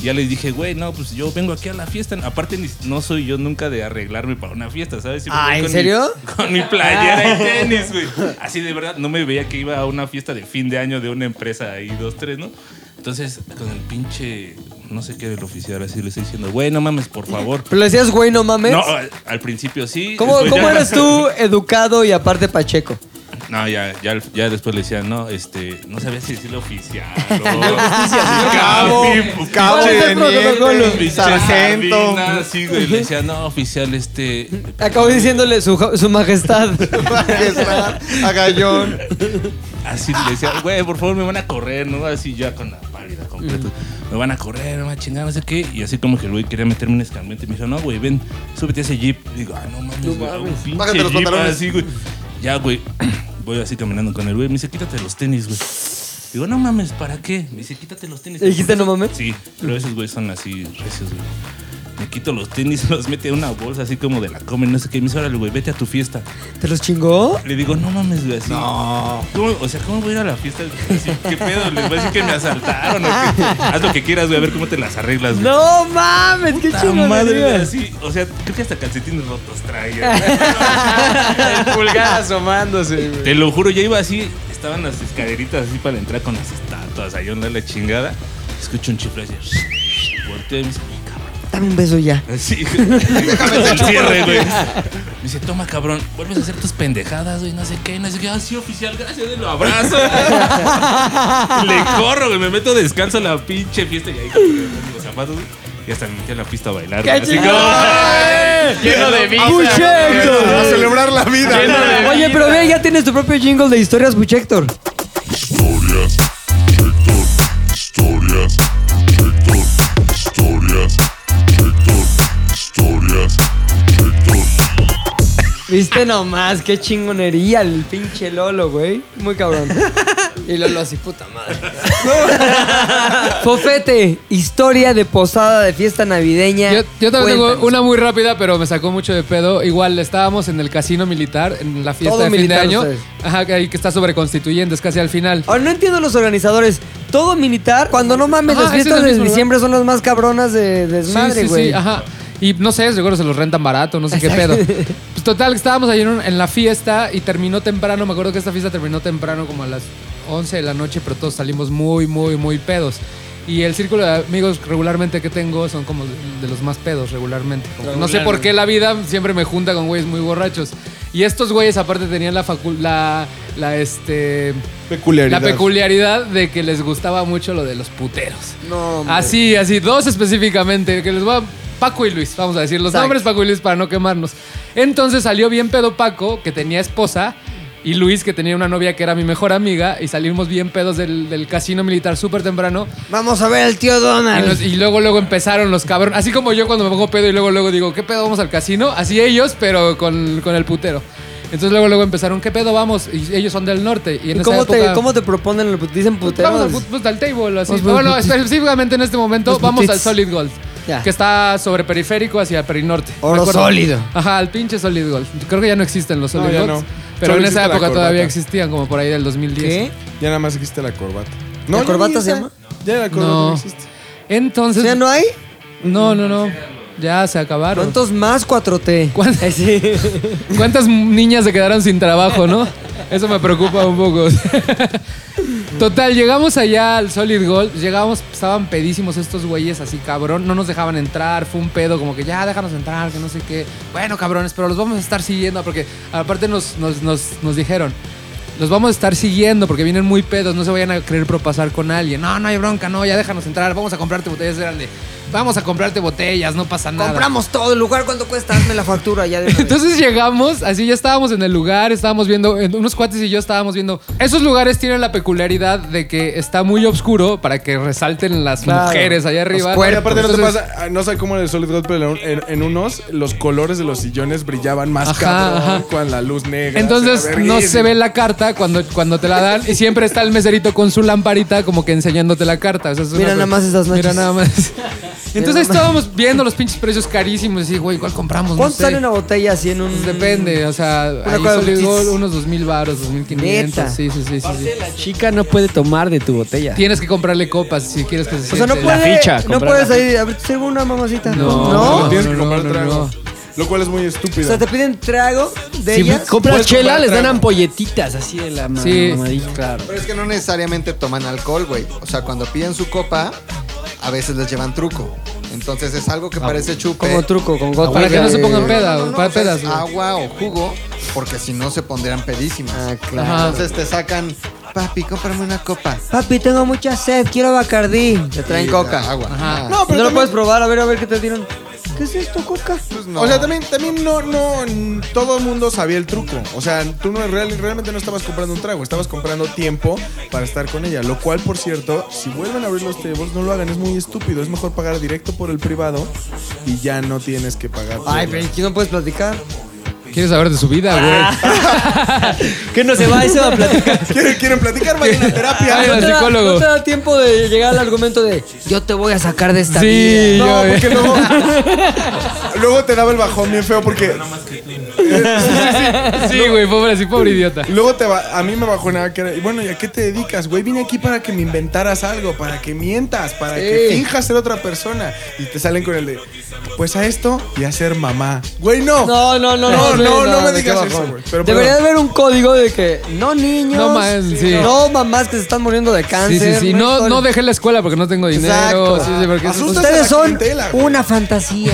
S5: Y Ya les dije, güey, no, pues yo vengo aquí a la fiesta. Aparte, ni- no soy yo nunca de arreglarme para una fiesta, ¿sabes? Siempre
S2: Ah,
S5: voy
S2: ¿en
S5: con
S2: serio? Ah.
S5: mi- con mi playera y tenis, güey. Así de verdad, no me veía que iba a una fiesta de fin de año de una empresa ahí, dos, tres, ¿no? Entonces, con el pinche, no sé qué del oficial, así le estoy diciendo, güey, no mames, por favor.
S2: Pero le decías, güey, no mames.
S5: No, al- al principio sí.
S2: ¿Cómo,
S5: después
S2: cómo
S5: ya-
S2: eres tú educado y aparte pacheco?
S5: No, ya, ya, ya después le decían, no, este, no sabía si decirlo oficial.
S1: Cabo, cabo, ¿Cuál es el teniente, protocolo? sargento.
S5: sargento. Sí, güey, le decían, no, oficial, este.
S2: Acabo diciéndole su, ja- su majestad.
S6: A gallón.
S5: Así le decía, güey, por favor, me van a correr, ¿no? Así ya con la pálida completa. Me van a correr, me van a chingar, no sé qué. Y así como que el güey quería meterme un escarmiento y me dijo, no, güey, ven, súbete a ese jeep. Digo, ah, no mames, güey, hago un pinche
S6: Bájate los
S5: jeep
S6: pantalones.
S5: así, güey. Ya, güey, voy así caminando con el güey. Me dice, quítate los tenis, güey. Digo, no mames, ¿para qué? Me dice, quítate los tenis.
S2: ¿Le dijiste no mames?
S5: Sí, pero esos güeyes son así recios, güey. Me quito los tenis, los mete en una bolsa así como de la comen, no sé qué. Me dice, órale, güey, vete a tu fiesta.
S2: ¿Te los chingó?
S5: Le digo, no mames, güey, así. No. O sea, ¿cómo voy a ir a la fiesta? Así, ¿Qué pedo? Les voy a decir que me asaltaron. o qué? Haz lo que quieras, güey, a ver cómo te las arreglas, güey.
S2: No mames, qué
S5: Puta
S2: chingo.
S5: madre, güey, así. O sea, creo que hasta calcetines rotos traía. güey.
S10: Pulgar asomándose, güey.
S5: Te lo juro, ya iba así. Estaban las escaleritas así para entrar con las estatuas. Ahí onda la chingada. Escucho un chifle así. Volteo y me dice, "Ay, cabrón".
S2: Dame un beso ya.
S5: Así. el cierre, güey. Me dice, toma, cabrón, vuelves a hacer tus pendejadas, güey, no sé qué, no sé qué. Ah, sí, oficial, gracias, y lo abrazo. Le corro, güey, me meto descanso a la pinche fiesta y ahí con los zapatos, güey, Y hasta me metí a la pista a bailar. güey. Así como-
S10: Lleno de vida.
S1: A celebrar la vida.
S2: Oye, pero ve, ya tienes tu propio jingle de historias, Buchector. Viste nomás, qué chingonería el pinche Lolo, güey. Muy cabrón. Y Lolo así, puta madre. Fofete, historia de posada de fiesta navideña.
S3: Yo, yo también
S2: Cuéntanos.
S3: tengo una muy rápida, pero me sacó mucho de pedo. Igual estábamos en el casino militar, en la fiesta
S2: Todo
S3: de fin de
S2: militar
S3: año.
S2: ustedes.
S3: Ajá, que ahí que está sobre constituyentes, casi al final.
S2: Ahora, Ah, no entiendo los organizadores. Todo militar, cuando no mames,
S3: Ajá,
S2: las
S3: es en
S2: fiestas
S3: el
S2: de
S3: mismo lugar.
S2: diciembre son las más cabronas de de desmadre,
S3: sí, sí,
S2: güey.
S3: sí, ajá. Y no sé, seguro se los rentan barato, no sé
S2: Exacto.
S3: qué pedo. Pues total, estábamos ahí en, un- en la fiesta y terminó temprano. Me acuerdo que esta fiesta terminó temprano, como a las 11 de la noche, pero todos salimos muy, muy, muy pedos. Y el círculo de amigos regularmente que tengo son como de los más pedos regularmente. Como que No sé por qué la vida siempre me junta con güeyes muy borrachos. Y estos güeyes aparte tenían la facu- la, la este
S1: Peculiaridad.
S3: la peculiaridad de que les gustaba mucho lo de los puteros.
S2: No, hombre.
S3: Así, así, dos específicamente, que les voy a... Paco y Luis, vamos a decir los
S2: Exacto.
S3: nombres Paco y Luis para no quemarnos. Entonces salió bien pedo Paco, que tenía esposa, y Luis, que tenía una novia que era mi mejor amiga, y salimos bien pedos del, del casino militar súper temprano.
S2: Vamos a ver al tío
S3: Y,
S2: Donald.
S3: nos- y luego, luego empezaron los cabrones. Así como yo cuando me pongo pedo y luego, luego digo, ¿qué pedo vamos al casino? Así ellos, pero con, con el putero. Entonces luego, luego empezaron, ¿qué pedo vamos? Y ellos son del norte. ¿Y, en
S2: ¿Y
S3: esa
S2: cómo, te,
S3: época-
S2: cómo te proponen? el put- Dicen puteros.
S3: Vamos al, fut- pues, al table, así.
S2: Los
S3: bueno,
S2: putis.
S3: específicamente en este momento
S2: Los
S3: vamos
S2: putis.
S3: al Solid Gold,
S2: Ya.
S3: que está sobre periférico hacia perinorte.
S2: Oro
S3: ¿De acuerdo?
S2: sólido.
S3: Ajá, al pinche Solid Gold. Creo que ya no existen los
S1: No,
S3: Solid
S1: ya
S3: Golds,
S1: no.
S3: pero
S1: Solo
S3: en
S1: existe
S3: esa
S1: la
S3: época todavía
S1: corbata.
S3: existían, como por ahí del 2010.
S2: ¿Qué?
S1: Ya nada más existe la corbata.
S2: ¿La
S1: ya
S2: corbata
S1: ni
S2: se
S1: esa-
S2: llama?
S1: Ya la corbata
S3: No.
S1: no existe.
S3: Entonces,
S2: ¿Ya no hay?
S3: no, no, no. Ya se acabaron.
S2: ¿Cuántos más 4T?
S3: ¿Cuántas,
S2: Ay, sí.
S3: ¿Cuántas niñas se quedaron sin trabajo, no? Eso me preocupa un poco. Total, llegamos allá al Solid Gold, llegamos, estaban pedísimos estos güeyes así, cabrón, no nos dejaban entrar, fue un pedo como que ya déjanos entrar, que no sé qué. Bueno, cabrones, pero los vamos a estar siguiendo porque aparte nos, nos, nos, nos dijeron, los vamos a estar siguiendo porque vienen muy pedos, no se vayan a querer propasar con alguien. No, no hay bronca, no, ya déjanos entrar, vamos a comprarte botellas grande. Vamos a comprarte botellas, no pasa nada.
S2: Compramos todo el lugar. ¿Cuánto cuesta? Hazme la factura ya de una vez.
S3: Entonces llegamos, así ya estábamos en el lugar, estábamos viendo, en- unos cuates y yo estábamos viendo. Esos lugares tienen la peculiaridad de que está muy oscuro para que resalten las
S2: Claro.
S3: mujeres allá arriba.
S2: Los
S1: Y
S2: cuerpos.
S1: aparte no te
S3: Entonces-
S1: pasa, Ah, no sé cómo en el Solid Gold, pero en, en unos los colores de los sillones brillaban más
S3: Ajá,
S1: cabrón
S3: ajá.
S1: con la luz negra.
S3: Entonces
S1: Era
S3: no
S1: verguísima.
S3: se ve la carta cuando, cuando te la dan y siempre está el meserito con su lamparita como que enseñándote la carta. O sea, es una
S2: Mira
S3: cosa-
S2: nada más esas
S3: Mira
S2: nachas.
S3: nada más. Entonces ahí estábamos viendo los pinches precios carísimos. Y, güey, ¿cuál compramos? No
S2: ¿Cuánto
S3: sé.
S2: sale una botella así en un...?
S3: Pues depende, o sea,
S2: Una
S3: ahí
S2: cosa-
S3: Solid Gold, unos 2000 baros, 2500.
S2: Neta.
S3: Sí, sí, sí, sí, sí.
S4: La chica no puede tomar de tu botella.
S3: Tienes que comprarle copas si quieres que se
S2: O sea, no
S3: siente.
S2: puede,
S4: ficha,
S2: no
S4: comprar
S2: puedes
S4: la
S2: ahí... A ver, te sirvo una mamacita.
S3: No,
S1: No, tienes que
S3: no,
S1: comprar
S3: no,
S1: trago. Lo cual es muy
S2: O
S1: estúpido.
S2: sea, te piden trago de
S4: Si
S2: ellas.
S4: compras
S1: Puedes
S4: chela,
S1: comprar
S4: les dan
S1: trago.
S4: ampolletitas así de la ma-
S3: Sí.
S4: mamadita. Claro.
S6: Pero es que no necesariamente toman alcohol, güey. O sea, cuando piden su copa, a veces les llevan truco. Entonces es algo que parece chupe.
S2: Como truco, con gota.
S3: Para Ah, que no se pongan
S2: pedo.
S3: peda, para
S6: o sea,
S3: pedas,
S6: es
S3: güey.
S6: agua o jugo, porque si no se pondrían pedísimas.
S2: Ah, claro.
S3: Ajá.
S6: Entonces te sacan, papi, cómprame una copa.
S2: Papi, tengo mucha sed, quiero Bacardí. Te traen
S6: Y
S2: coca.
S6: Agua. Ah.
S2: No, pero no lo puedes probar, a ver, a ver qué te dieron. ¿Qué es esto, coca?
S6: Pues no.
S1: O sea, también, también no, no, n- todo el mundo sabía el truco. O sea, tú no, real- realmente no estabas comprando un trago, estabas comprando tiempo para estar con ella. Lo cual, por cierto, si vuelven a abrir los tables, no lo hagan, es muy estúpido. Es mejor pagar directo por el privado y ya no tienes que pagar. por
S2: Ay,
S1: el-
S2: pero aquí no puedes platicar.
S3: Quieres saber de su vida, güey.
S2: ¿Qué no se va? Ahí se va a platicar.
S1: ¿Quieren, quieren platicar? Vayan a terapia.
S3: Ay,
S2: no,
S3: al
S2: te da,
S3: psicólogo.
S2: no te da tiempo de llegar al argumento de yo te voy a sacar de esta
S3: Sí,
S2: vida.
S1: No,
S3: yo- eh.
S1: porque luego, luego te daba el bajón bien feo porque
S3: Sí, güey, pobre así, pobre idiota.
S1: luego te va, a mí me bajó nada que era, y bueno, ¿y a qué te dedicas? Güey, vine aquí para que me inventaras algo, para que mientas, para que
S3: Sí.
S1: finjas ser otra persona y te salen con el de pues a esto y a ser mamá. Güey, no.
S2: No, no, no,
S1: No,
S2: no. güey,
S1: no, no me
S2: de
S1: digas
S2: qué
S1: eso,
S2: bajón.
S1: güey. Pero,
S2: Debería
S1: perdón.
S2: haber un código de que no niños,
S3: No más, sí.
S2: no mamás que se están muriendo de
S3: Sí,
S2: cáncer.
S3: sí, sí.
S2: una
S3: No,
S2: historia.
S3: no dejé la escuela porque no tengo dinero.
S2: Exacto.
S3: Sí, sí, porque
S1: Asustas a la
S2: Ustedes son
S1: clientela, güey.
S2: una fantasía.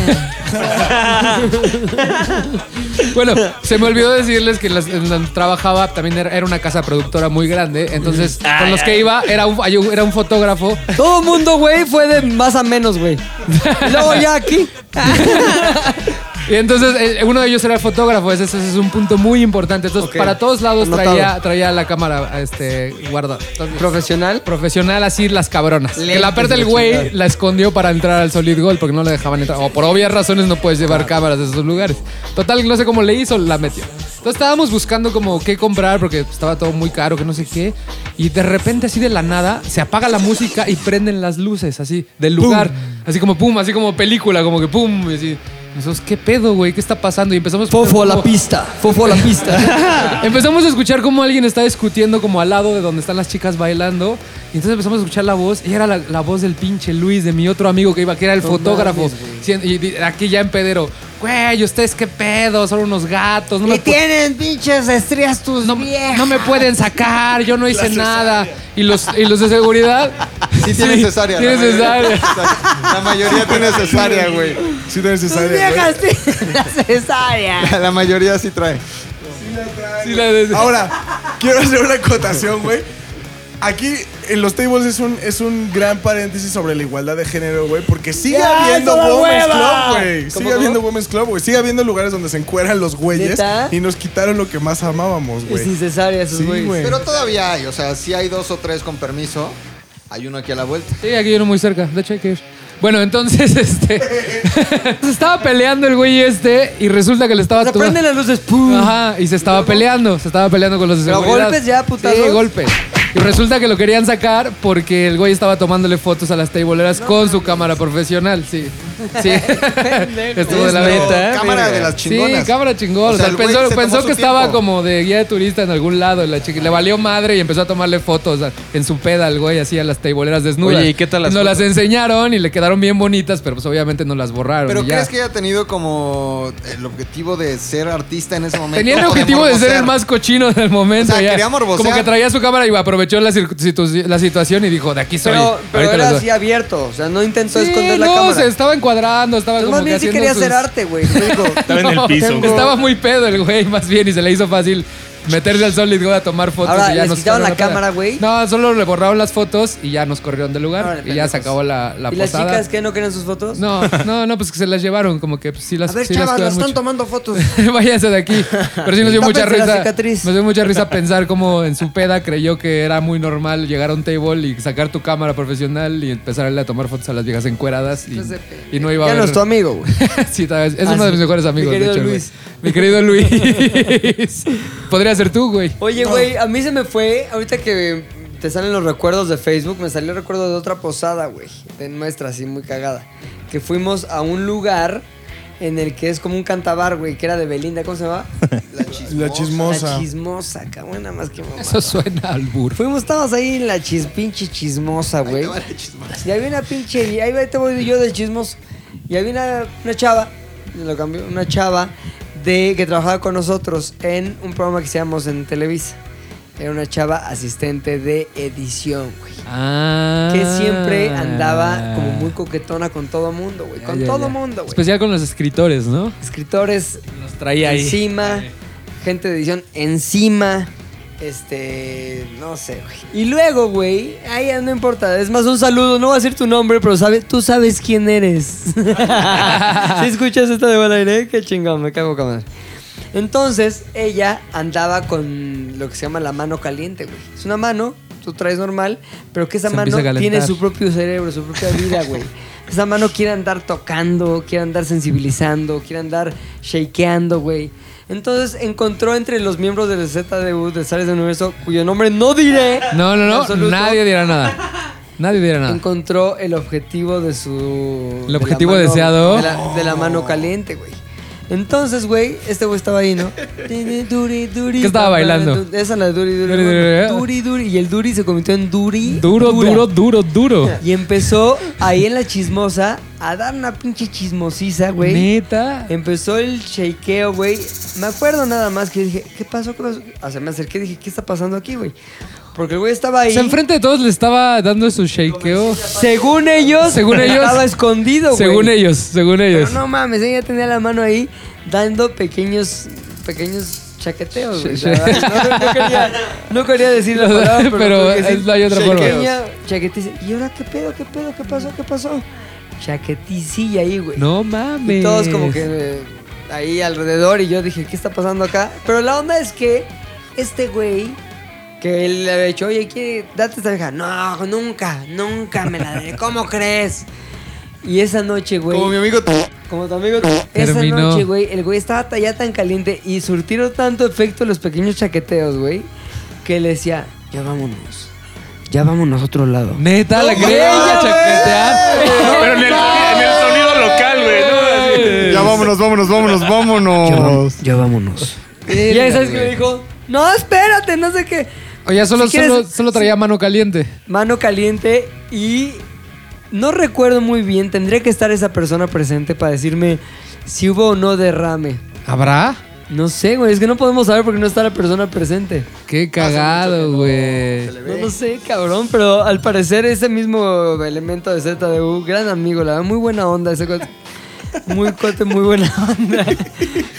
S3: Bueno, se me olvidó decirles que en las- en donde trabajaba también era, era una casa productora muy grande. Entonces, con los que iba era un, hay un- era un fotógrafo.
S2: Todo el mundo, güey, fue de más a menos, güey. Y Luego ya aquí.
S3: Y entonces eh, uno de ellos era fotógrafo. Ese, ese es un punto muy importante. Entonces, para todos lados
S2: Anotado.
S3: traía, traía la cámara este, guardada. Entonces,
S2: Profesional.
S3: profesional así, las cabronas. que la parte del
S2: la
S3: güey
S2: chingada.
S3: la escondió para entrar al Solid Gold porque no le dejaban entrar. O por obvias razones no puedes llevar cámaras de esos lugares. Total, no sé cómo le hizo, la metió. Entonces estábamos buscando como qué comprar porque estaba todo muy caro, que no sé qué. Y de repente así de la nada se apaga la música y prenden las luces así del lugar. Así como pum, así como película, como que pum. Y así. Nosotros, ¿qué pedo, güey? ¿Qué está pasando? Y empezamos...
S2: Fofo a la
S3: como-
S2: pista. Fofo a la pista.
S3: Empezamos a escuchar cómo alguien está discutiendo como al lado de donde están las chicas bailando. Y entonces empezamos a escuchar la voz. Y era la, la voz del pinche Luis, de mi otro amigo que iba, que era el fotógrafo. Sí, y di- aquí ya en pedero. Güey, ¿ustedes qué pedo? Son unos gatos. No, me, pu-
S2: tienen pinches estrías tus
S3: no- no me pueden sacar. Yo no hice nada. Y los, y los de seguridad...
S6: Sí, tiene cesárea.
S3: tiene
S6: la mayoría-
S3: cesárea.
S6: La mayoría tiene cesárea, güey.
S1: Sí, no es
S2: Tus
S1: necesario. güey.
S2: viejas tienen la cesárea.
S6: La mayoría sí trae.
S3: Sí, la de-
S1: Ahora, quiero hacer una acotación, güey. Aquí en los tables es un, es un gran paréntesis sobre la igualdad de género, güey, porque sigue
S2: ¡Ya,
S1: habiendo
S2: toda
S1: Women's
S2: hueva!
S1: Club, güey. Sigue
S2: ¿Cómo,
S1: habiendo
S2: cómo?
S1: Women's Club, güey. Sigue habiendo lugares donde se encueran los güeyes
S2: ¿Neta?
S1: y nos quitaron lo que más amábamos,
S2: Es sin
S1: güey.
S2: cesárea esos
S1: Sí,
S2: güeyes.
S1: güey.
S6: Pero todavía hay, o sea, sí hay dos o tres con permiso. Hay uno aquí a la vuelta.
S3: Sí, aquí uno muy cerca. De hecho, hay que ir. Bueno, entonces, este... se estaba peleando el güey este y resulta que le estaba...
S2: O sea,
S3: tomando-
S2: prenden las luces. ¡pum!
S3: Ajá, y se estaba peleando, se estaba peleando con los de
S2: Pero
S3: seguridad.
S2: golpes ya, putazos.
S3: Sí, golpes. Y resulta que lo querían sacar porque el güey estaba tomándole fotos a las tableeras con su cámara profesional, sí. Sí. Estuvo de la
S6: Pero
S3: neta. ¿eh?
S6: Cámara de las chingonas.
S3: Sí, cámara chingona.
S6: O sea, el güey
S3: pensó
S6: se tomó
S3: pensó
S6: su
S3: que estaba
S6: tiempo.
S3: como de guía de turista en algún lado. La chica le valió madre y empezó a tomarle fotos a- en su peda al güey, así a las tableeras desnudas.
S10: Oye, ¿y qué tal las
S3: Nos las
S10: fotos?
S3: enseñaron y le quedaron bien bonitas, pero pues obviamente no las borraron.
S6: Pero
S3: y ya.
S6: crees que haya tenido como el objetivo de ser artista en ese momento.
S3: Tenía el
S6: ¿O
S3: objetivo de ser
S6: morbosear?
S3: el más cochino del momento.
S6: O sea,
S3: ya.
S6: quería morbosear.
S3: Como que traía su cámara y aprovechó la, circu- situ- la situación y dijo, de aquí soy.
S2: Pero, pero
S3: Ahorita
S2: era
S3: les doy.
S2: así abierto. O sea, no intentó
S3: Sí,
S2: esconder la
S3: no,
S2: cámara.
S3: se estaba encuadrando, estaba
S2: Entonces,
S3: como
S2: más
S3: que
S2: bien sí
S3: haciendo
S2: quería
S3: sus-
S2: hacer arte, güey. Digo,
S5: Estaba en el piso, güey.
S3: Estaba muy pedo el güey, más bien, y se le hizo fácil meterse al Solid Gold a tomar fotos.
S2: Ahora,
S3: y ya
S2: ¿les
S3: nos
S2: quitaron la
S3: corrieron
S2: cámara, güey?
S3: No, solo le borraron las fotos y ya nos corrieron del lugar.
S2: Órale,
S3: y ya se
S2: pendejos.
S3: acabó la, la
S2: ¿Y las
S3: posada.
S2: chicas que no querían sus fotos?
S3: No, no, no, pues que se las llevaron, como que pues, sí las
S2: A ver,
S3: sí
S2: chavas,
S3: cuidan
S2: las están
S3: mucho.
S2: tomando fotos.
S3: Váyanse de aquí. Pero sí nos dio mucha
S2: Tápense la
S3: risa.
S2: cicatriz.
S3: Nos dio mucha risa pensar cómo en su peda creyó que era muy normal llegar a un table y sacar tu cámara profesional y empezar a irle a tomar fotos a las viejas encueradas y, y no iba a
S2: Ya no
S3: ver.
S2: es tu amigo, güey.
S3: sí, tal vez. Es
S2: Ah,
S3: uno de
S2: sí.
S3: mis mejores
S2: Mi
S3: amigos.
S2: querido
S3: de hecho,
S2: Luis.
S3: güey. Mi querido Luis. Podría ser tú, güey.
S2: Oye, güey, a mí se me fue, ahorita que te salen los recuerdos de Facebook, me salió el recuerdo de otra posada, güey, de nuestra, así muy cagada. que fuimos a un lugar en el que es como un cantabar, güey, que era de Belinda, ¿cómo se llama?
S1: La chismosa.
S2: La chismosa, cabrón, nada más que mamá.
S3: Eso suena al burro.
S2: Fuimos, estábamos ahí en la chis, pinche chismosa, güey. Y había una pinche. Y ahí va- te voy yo de chismos. Y había una, una chava, lo cambió, una chava de, que trabajaba con nosotros en un programa que hacíamos en Televisa. Era una chava asistente de edición, güey.
S3: Ah.
S2: Que siempre andaba como muy coquetona con todo mundo, güey.
S3: Ya,
S2: Con
S3: ya,
S2: todo
S3: ya.
S2: mundo, güey.
S3: Especial con los escritores, ¿no?
S2: Escritores
S3: Los traía ahí.
S2: encima, gente de edición encima, este, no sé, güey. Y luego, güey, ahí no importa, es más un saludo, no voy a decir tu nombre, pero sabe, tú sabes quién eres. si escuchas esta de buen aire, qué chingón, me cago con madre. Entonces, ella andaba con lo que se llama la mano caliente, güey. Es una mano, tú traes normal, pero que esa
S3: Se
S2: mano
S3: empieza a calentar.
S2: tiene su propio cerebro, su propia vida, güey. Esa mano quiere andar tocando, quiere andar sensibilizando, quiere andar shakeando, güey. Entonces encontró entre los miembros del ZDU, de Sales del Universo, cuyo nombre no diré.
S3: No, no,
S2: en
S3: no.
S2: absoluto,
S3: Nadie dirá nada. Nadie dirá nada.
S2: Encontró el objetivo de su.
S3: El
S2: de la
S3: objetivo
S2: mano-
S3: deseado.
S2: De la, de la mano caliente, güey. Entonces, güey, este güey estaba ahí, ¿no? ¿Qué
S3: ¿Qué estaba bailando?
S2: Esa la de Duri Duri.
S3: Duri,
S2: Duri,
S3: duri, eh.
S2: Duri, Y el Duri se convirtió en Duri.
S3: Duro,
S2: dura.
S3: duro, duro, duro.
S2: Y empezó ahí en la chismosa a dar una pinche chismosiza, güey.
S3: Neta.
S2: Empezó el shakeo, güey. Me acuerdo nada más que dije, ¿qué pasó? ¿Qué pasó? O sea, me acerqué y dije, ¿qué está pasando aquí, güey? Porque el güey estaba
S3: O
S2: ahí.
S3: sea, enfrente de todos le estaba dando su shakeo.
S2: Según ellos,
S3: Según ellos.
S2: estaba escondido, güey.
S3: Según ellos, según ellos.
S2: Pero no mames, ella tenía la mano ahí dando pequeños, pequeños chaqueteos, güey.
S3: Sí,
S2: la
S3: sí.
S2: verdad. No, no- no quería, no quería decir la palabra, pero,
S3: Pero
S2: tuve que decir
S3: es- no hay otra forma.
S2: pequeña chaquetiza. ¿Y ahora qué pedo, qué pedo, qué pasó, qué pasó? Chaqueticilla ahí, güey.
S3: No
S2: Y
S3: mames.
S2: todos como que eh, ahí alrededor y yo dije, ¿qué está pasando acá? Pero la onda es que este güey que él le había dicho, oye, ¿quiere, date esta vieja. No, nunca, nunca me la daré. ¿Cómo crees? Y esa noche, güey.
S10: Como mi amigo.
S2: Como tu amigo. Esa
S3: Terminó.
S2: noche, güey, el güey estaba ta- ya tan caliente y surtieron tanto efecto los pequeños chaqueteos, güey, que le decía, ya vámonos. Ya vámonos a otro lado.
S3: Neta, la
S2: ¡No
S3: quería
S2: mames!
S3: chaquetear.
S5: Pero en el, en el sonido local, güey.
S6: Ya
S5: ¿no? Así.
S6: vámonos, vámonos, vámonos,
S2: Ya,
S6: vámonos.
S2: vam- ya vámonos. Y ya sabes que me dijo, no, espérate, no sé qué.
S3: Oye, solo,
S2: Si quieres-
S3: solo, solo traía mano caliente.
S2: Mano caliente y no recuerdo muy bien, tendría que estar esa persona presente para decirme si hubo o no derrame.
S3: ¿Habrá?
S2: No sé, güey, es que no podemos saber porque no está la persona presente.
S3: Qué cagado, güey.
S2: No lo sé, cabrón, pero al parecer ese mismo elemento de ZDU, gran amigo, la verdad, muy buena onda ese cuate. Muy cuate, muy buena onda.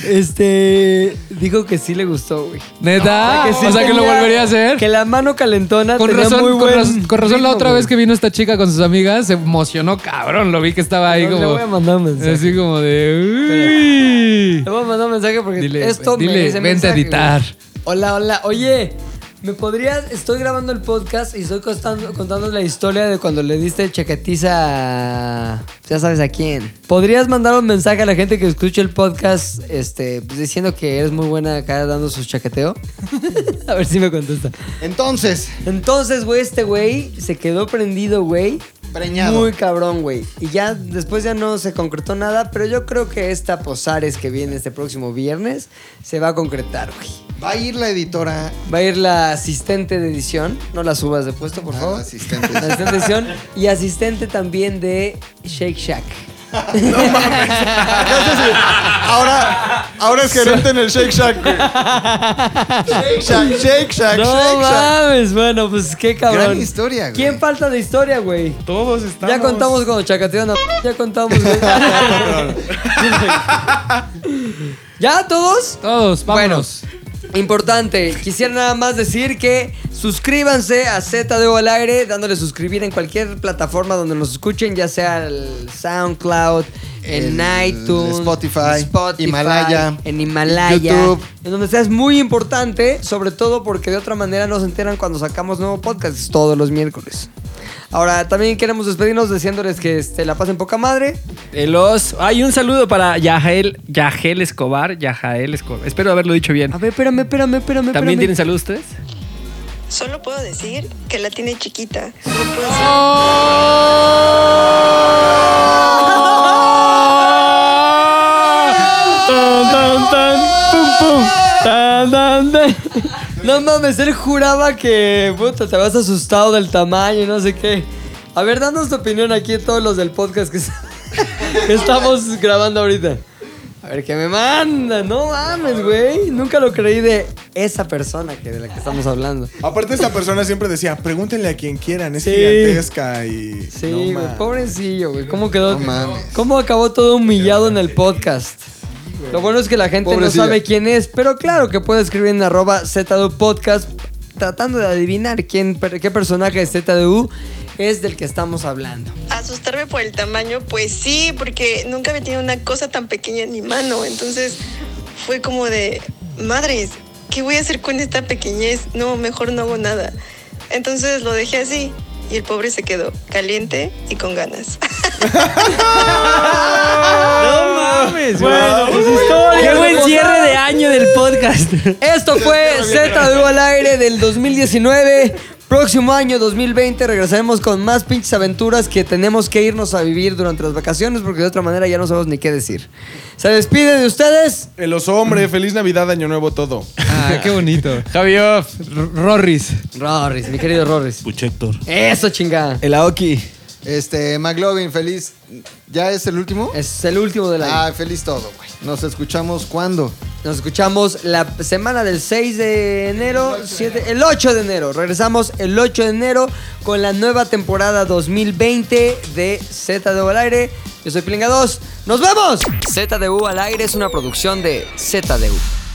S2: Este, dijo que sí le gustó, güey. Ah,
S3: Neta.
S2: sí
S3: Ah, o sea, que lo
S2: tenía-
S3: volvería a hacer.
S2: Que la mano calentona
S3: Con
S2: tenía
S3: razón,
S2: muy
S3: con
S2: buen
S3: razón- con razón la
S2: ritmo,
S3: otra
S2: güey.
S3: vez que vino esta chica con sus amigas se emocionó cabrón. Lo vi que estaba ahí
S2: No, Le voy a
S3: como.
S2: mandar un mensaje.
S3: Así como de.
S2: Le
S3: "Uy".
S2: voy a mandar un mensaje porque
S3: Dile,
S2: esto
S3: dile,
S2: me dice
S3: vente a
S2: mensaje,
S3: editar.
S2: güey. Hola, hola. Oye, ¿me podrías? Estoy grabando el podcast y estoy contando, contando la historia de cuando le diste el chaquetiza a- Ya sabes a quién. ¿Podrías mandar un mensaje a la gente que escuche el podcast este, pues, diciendo que eres muy buena acá dando su chaqueteo? a ver si me contesta.
S6: Entonces,
S2: Entonces, güey, este güey se quedó prendido, güey.
S6: Preñado.
S2: Muy cabrón, güey. Y ya después ya no se concretó nada, pero yo creo que esta Posares que viene este próximo viernes se va a concretar, güey.
S6: va a ir la editora.
S2: Va a ir la asistente de edición. No la subas de puesto, por
S6: Ah,
S2: favor.
S6: la asistente.
S2: La asistente de edición. Y asistente también de Shake Shack.
S6: Ahora, ahora es gerente en el Shake Shack. güey. Shake Shack, Shake Shack,
S2: No
S6: Shake Shack.
S2: mames, bueno, pues qué cabrón.
S6: Gran historia, güey.
S2: ¿Quién falta de historia, güey?
S1: Todos estamos.
S2: Ya contamos cuando chacatearon a... Ya contamos, güey. ¿Ya todos?
S3: Todos, vámonos.
S2: Importante, quisiera nada más decir que suscríbanse a ZDU al aire, dándole suscribir en cualquier plataforma donde nos escuchen, ya sea el SoundCloud, en
S6: El
S2: iTunes,
S6: Spotify, Himalaya,
S2: en Himalaya,
S6: YouTube.
S2: en donde sea es muy importante, sobre todo porque de otra manera no se enteran cuando sacamos nuevo podcast todos los miércoles. Ahora, también queremos despedirnos diciéndoles que este, la pasen poca madre.
S4: El os. Hay un saludo para Yajael, Yajael Escobar. Yajael Escobar. Espero haberlo dicho bien.
S2: A ver, espérame, espérame, espérame.
S4: ¿También
S2: espérame.
S4: tienen saludos ustedes?
S11: Solo puedo decir que la tiene chiquita. Solo puedo decir-
S3: ¡Oh!
S4: ¡Oh!
S2: mames. No mames, él juraba que puta, te habías asustado del tamaño y no sé qué. A ver, danos tu opinión aquí a todos los del podcast que, que estamos grabando ahorita. A ver, que me manda. No mames, güey. Nunca lo creí de esa persona que, de la que estamos hablando.
S1: Aparte, esta persona siempre decía, pregúntenle a quien quieran, es
S2: Sí.
S1: gigantesca y.
S2: Sí,
S1: no
S2: güey,
S1: mames.
S2: pobrecillo, güey. ¿Cómo quedó? ¿Cómo acabó todo humillado en el podcast? Lo bueno es que la gente
S6: Pobrecillo.
S2: no sabe quién es, pero claro que puede escribir en arroba ZDU Podcast tratando de adivinar quién, per- qué personaje de ZDU es del que estamos hablando.
S11: Asustarme por el tamaño, pues sí, porque nunca había tenido una cosa tan pequeña en mi mano. Entonces fue como de, madres, ¿qué voy a hacer con esta pequeñez? No, mejor no hago nada. Entonces lo dejé así y el pobre se quedó caliente y con ganas.
S4: mames,
S2: Bueno, pues, historia,
S4: Qué buen
S2: hermosa.
S4: cierre de año del podcast.
S2: Esto fue ZDU al aire del 2019. Próximo año 2020 regresaremos con más pinches aventuras que tenemos que irnos a vivir durante las vacaciones porque de otra manera ya no sabemos ni qué decir. ¿Se despide de ustedes?
S1: El oso hombre, feliz Navidad, Año Nuevo, todo.
S3: Ah, qué bonito. Javier, Rorris.
S2: Rorris, mi querido Rorris.
S5: Puchector.
S2: Eso, chingada.
S6: El Aoki. Este, McLovin, feliz. ¿Ya es el último?
S2: Es el último del año.
S6: Ah, feliz todo, güey. Nos escuchamos cuando.
S2: Nos escuchamos la semana del 6 de enero, siete- el 8 de enero. Regresamos el 8 de enero con la nueva temporada 2020 de ZDU al aire. Yo soy Pilinga 2. ¡Nos vemos! ZDU al aire es una producción de ZDU.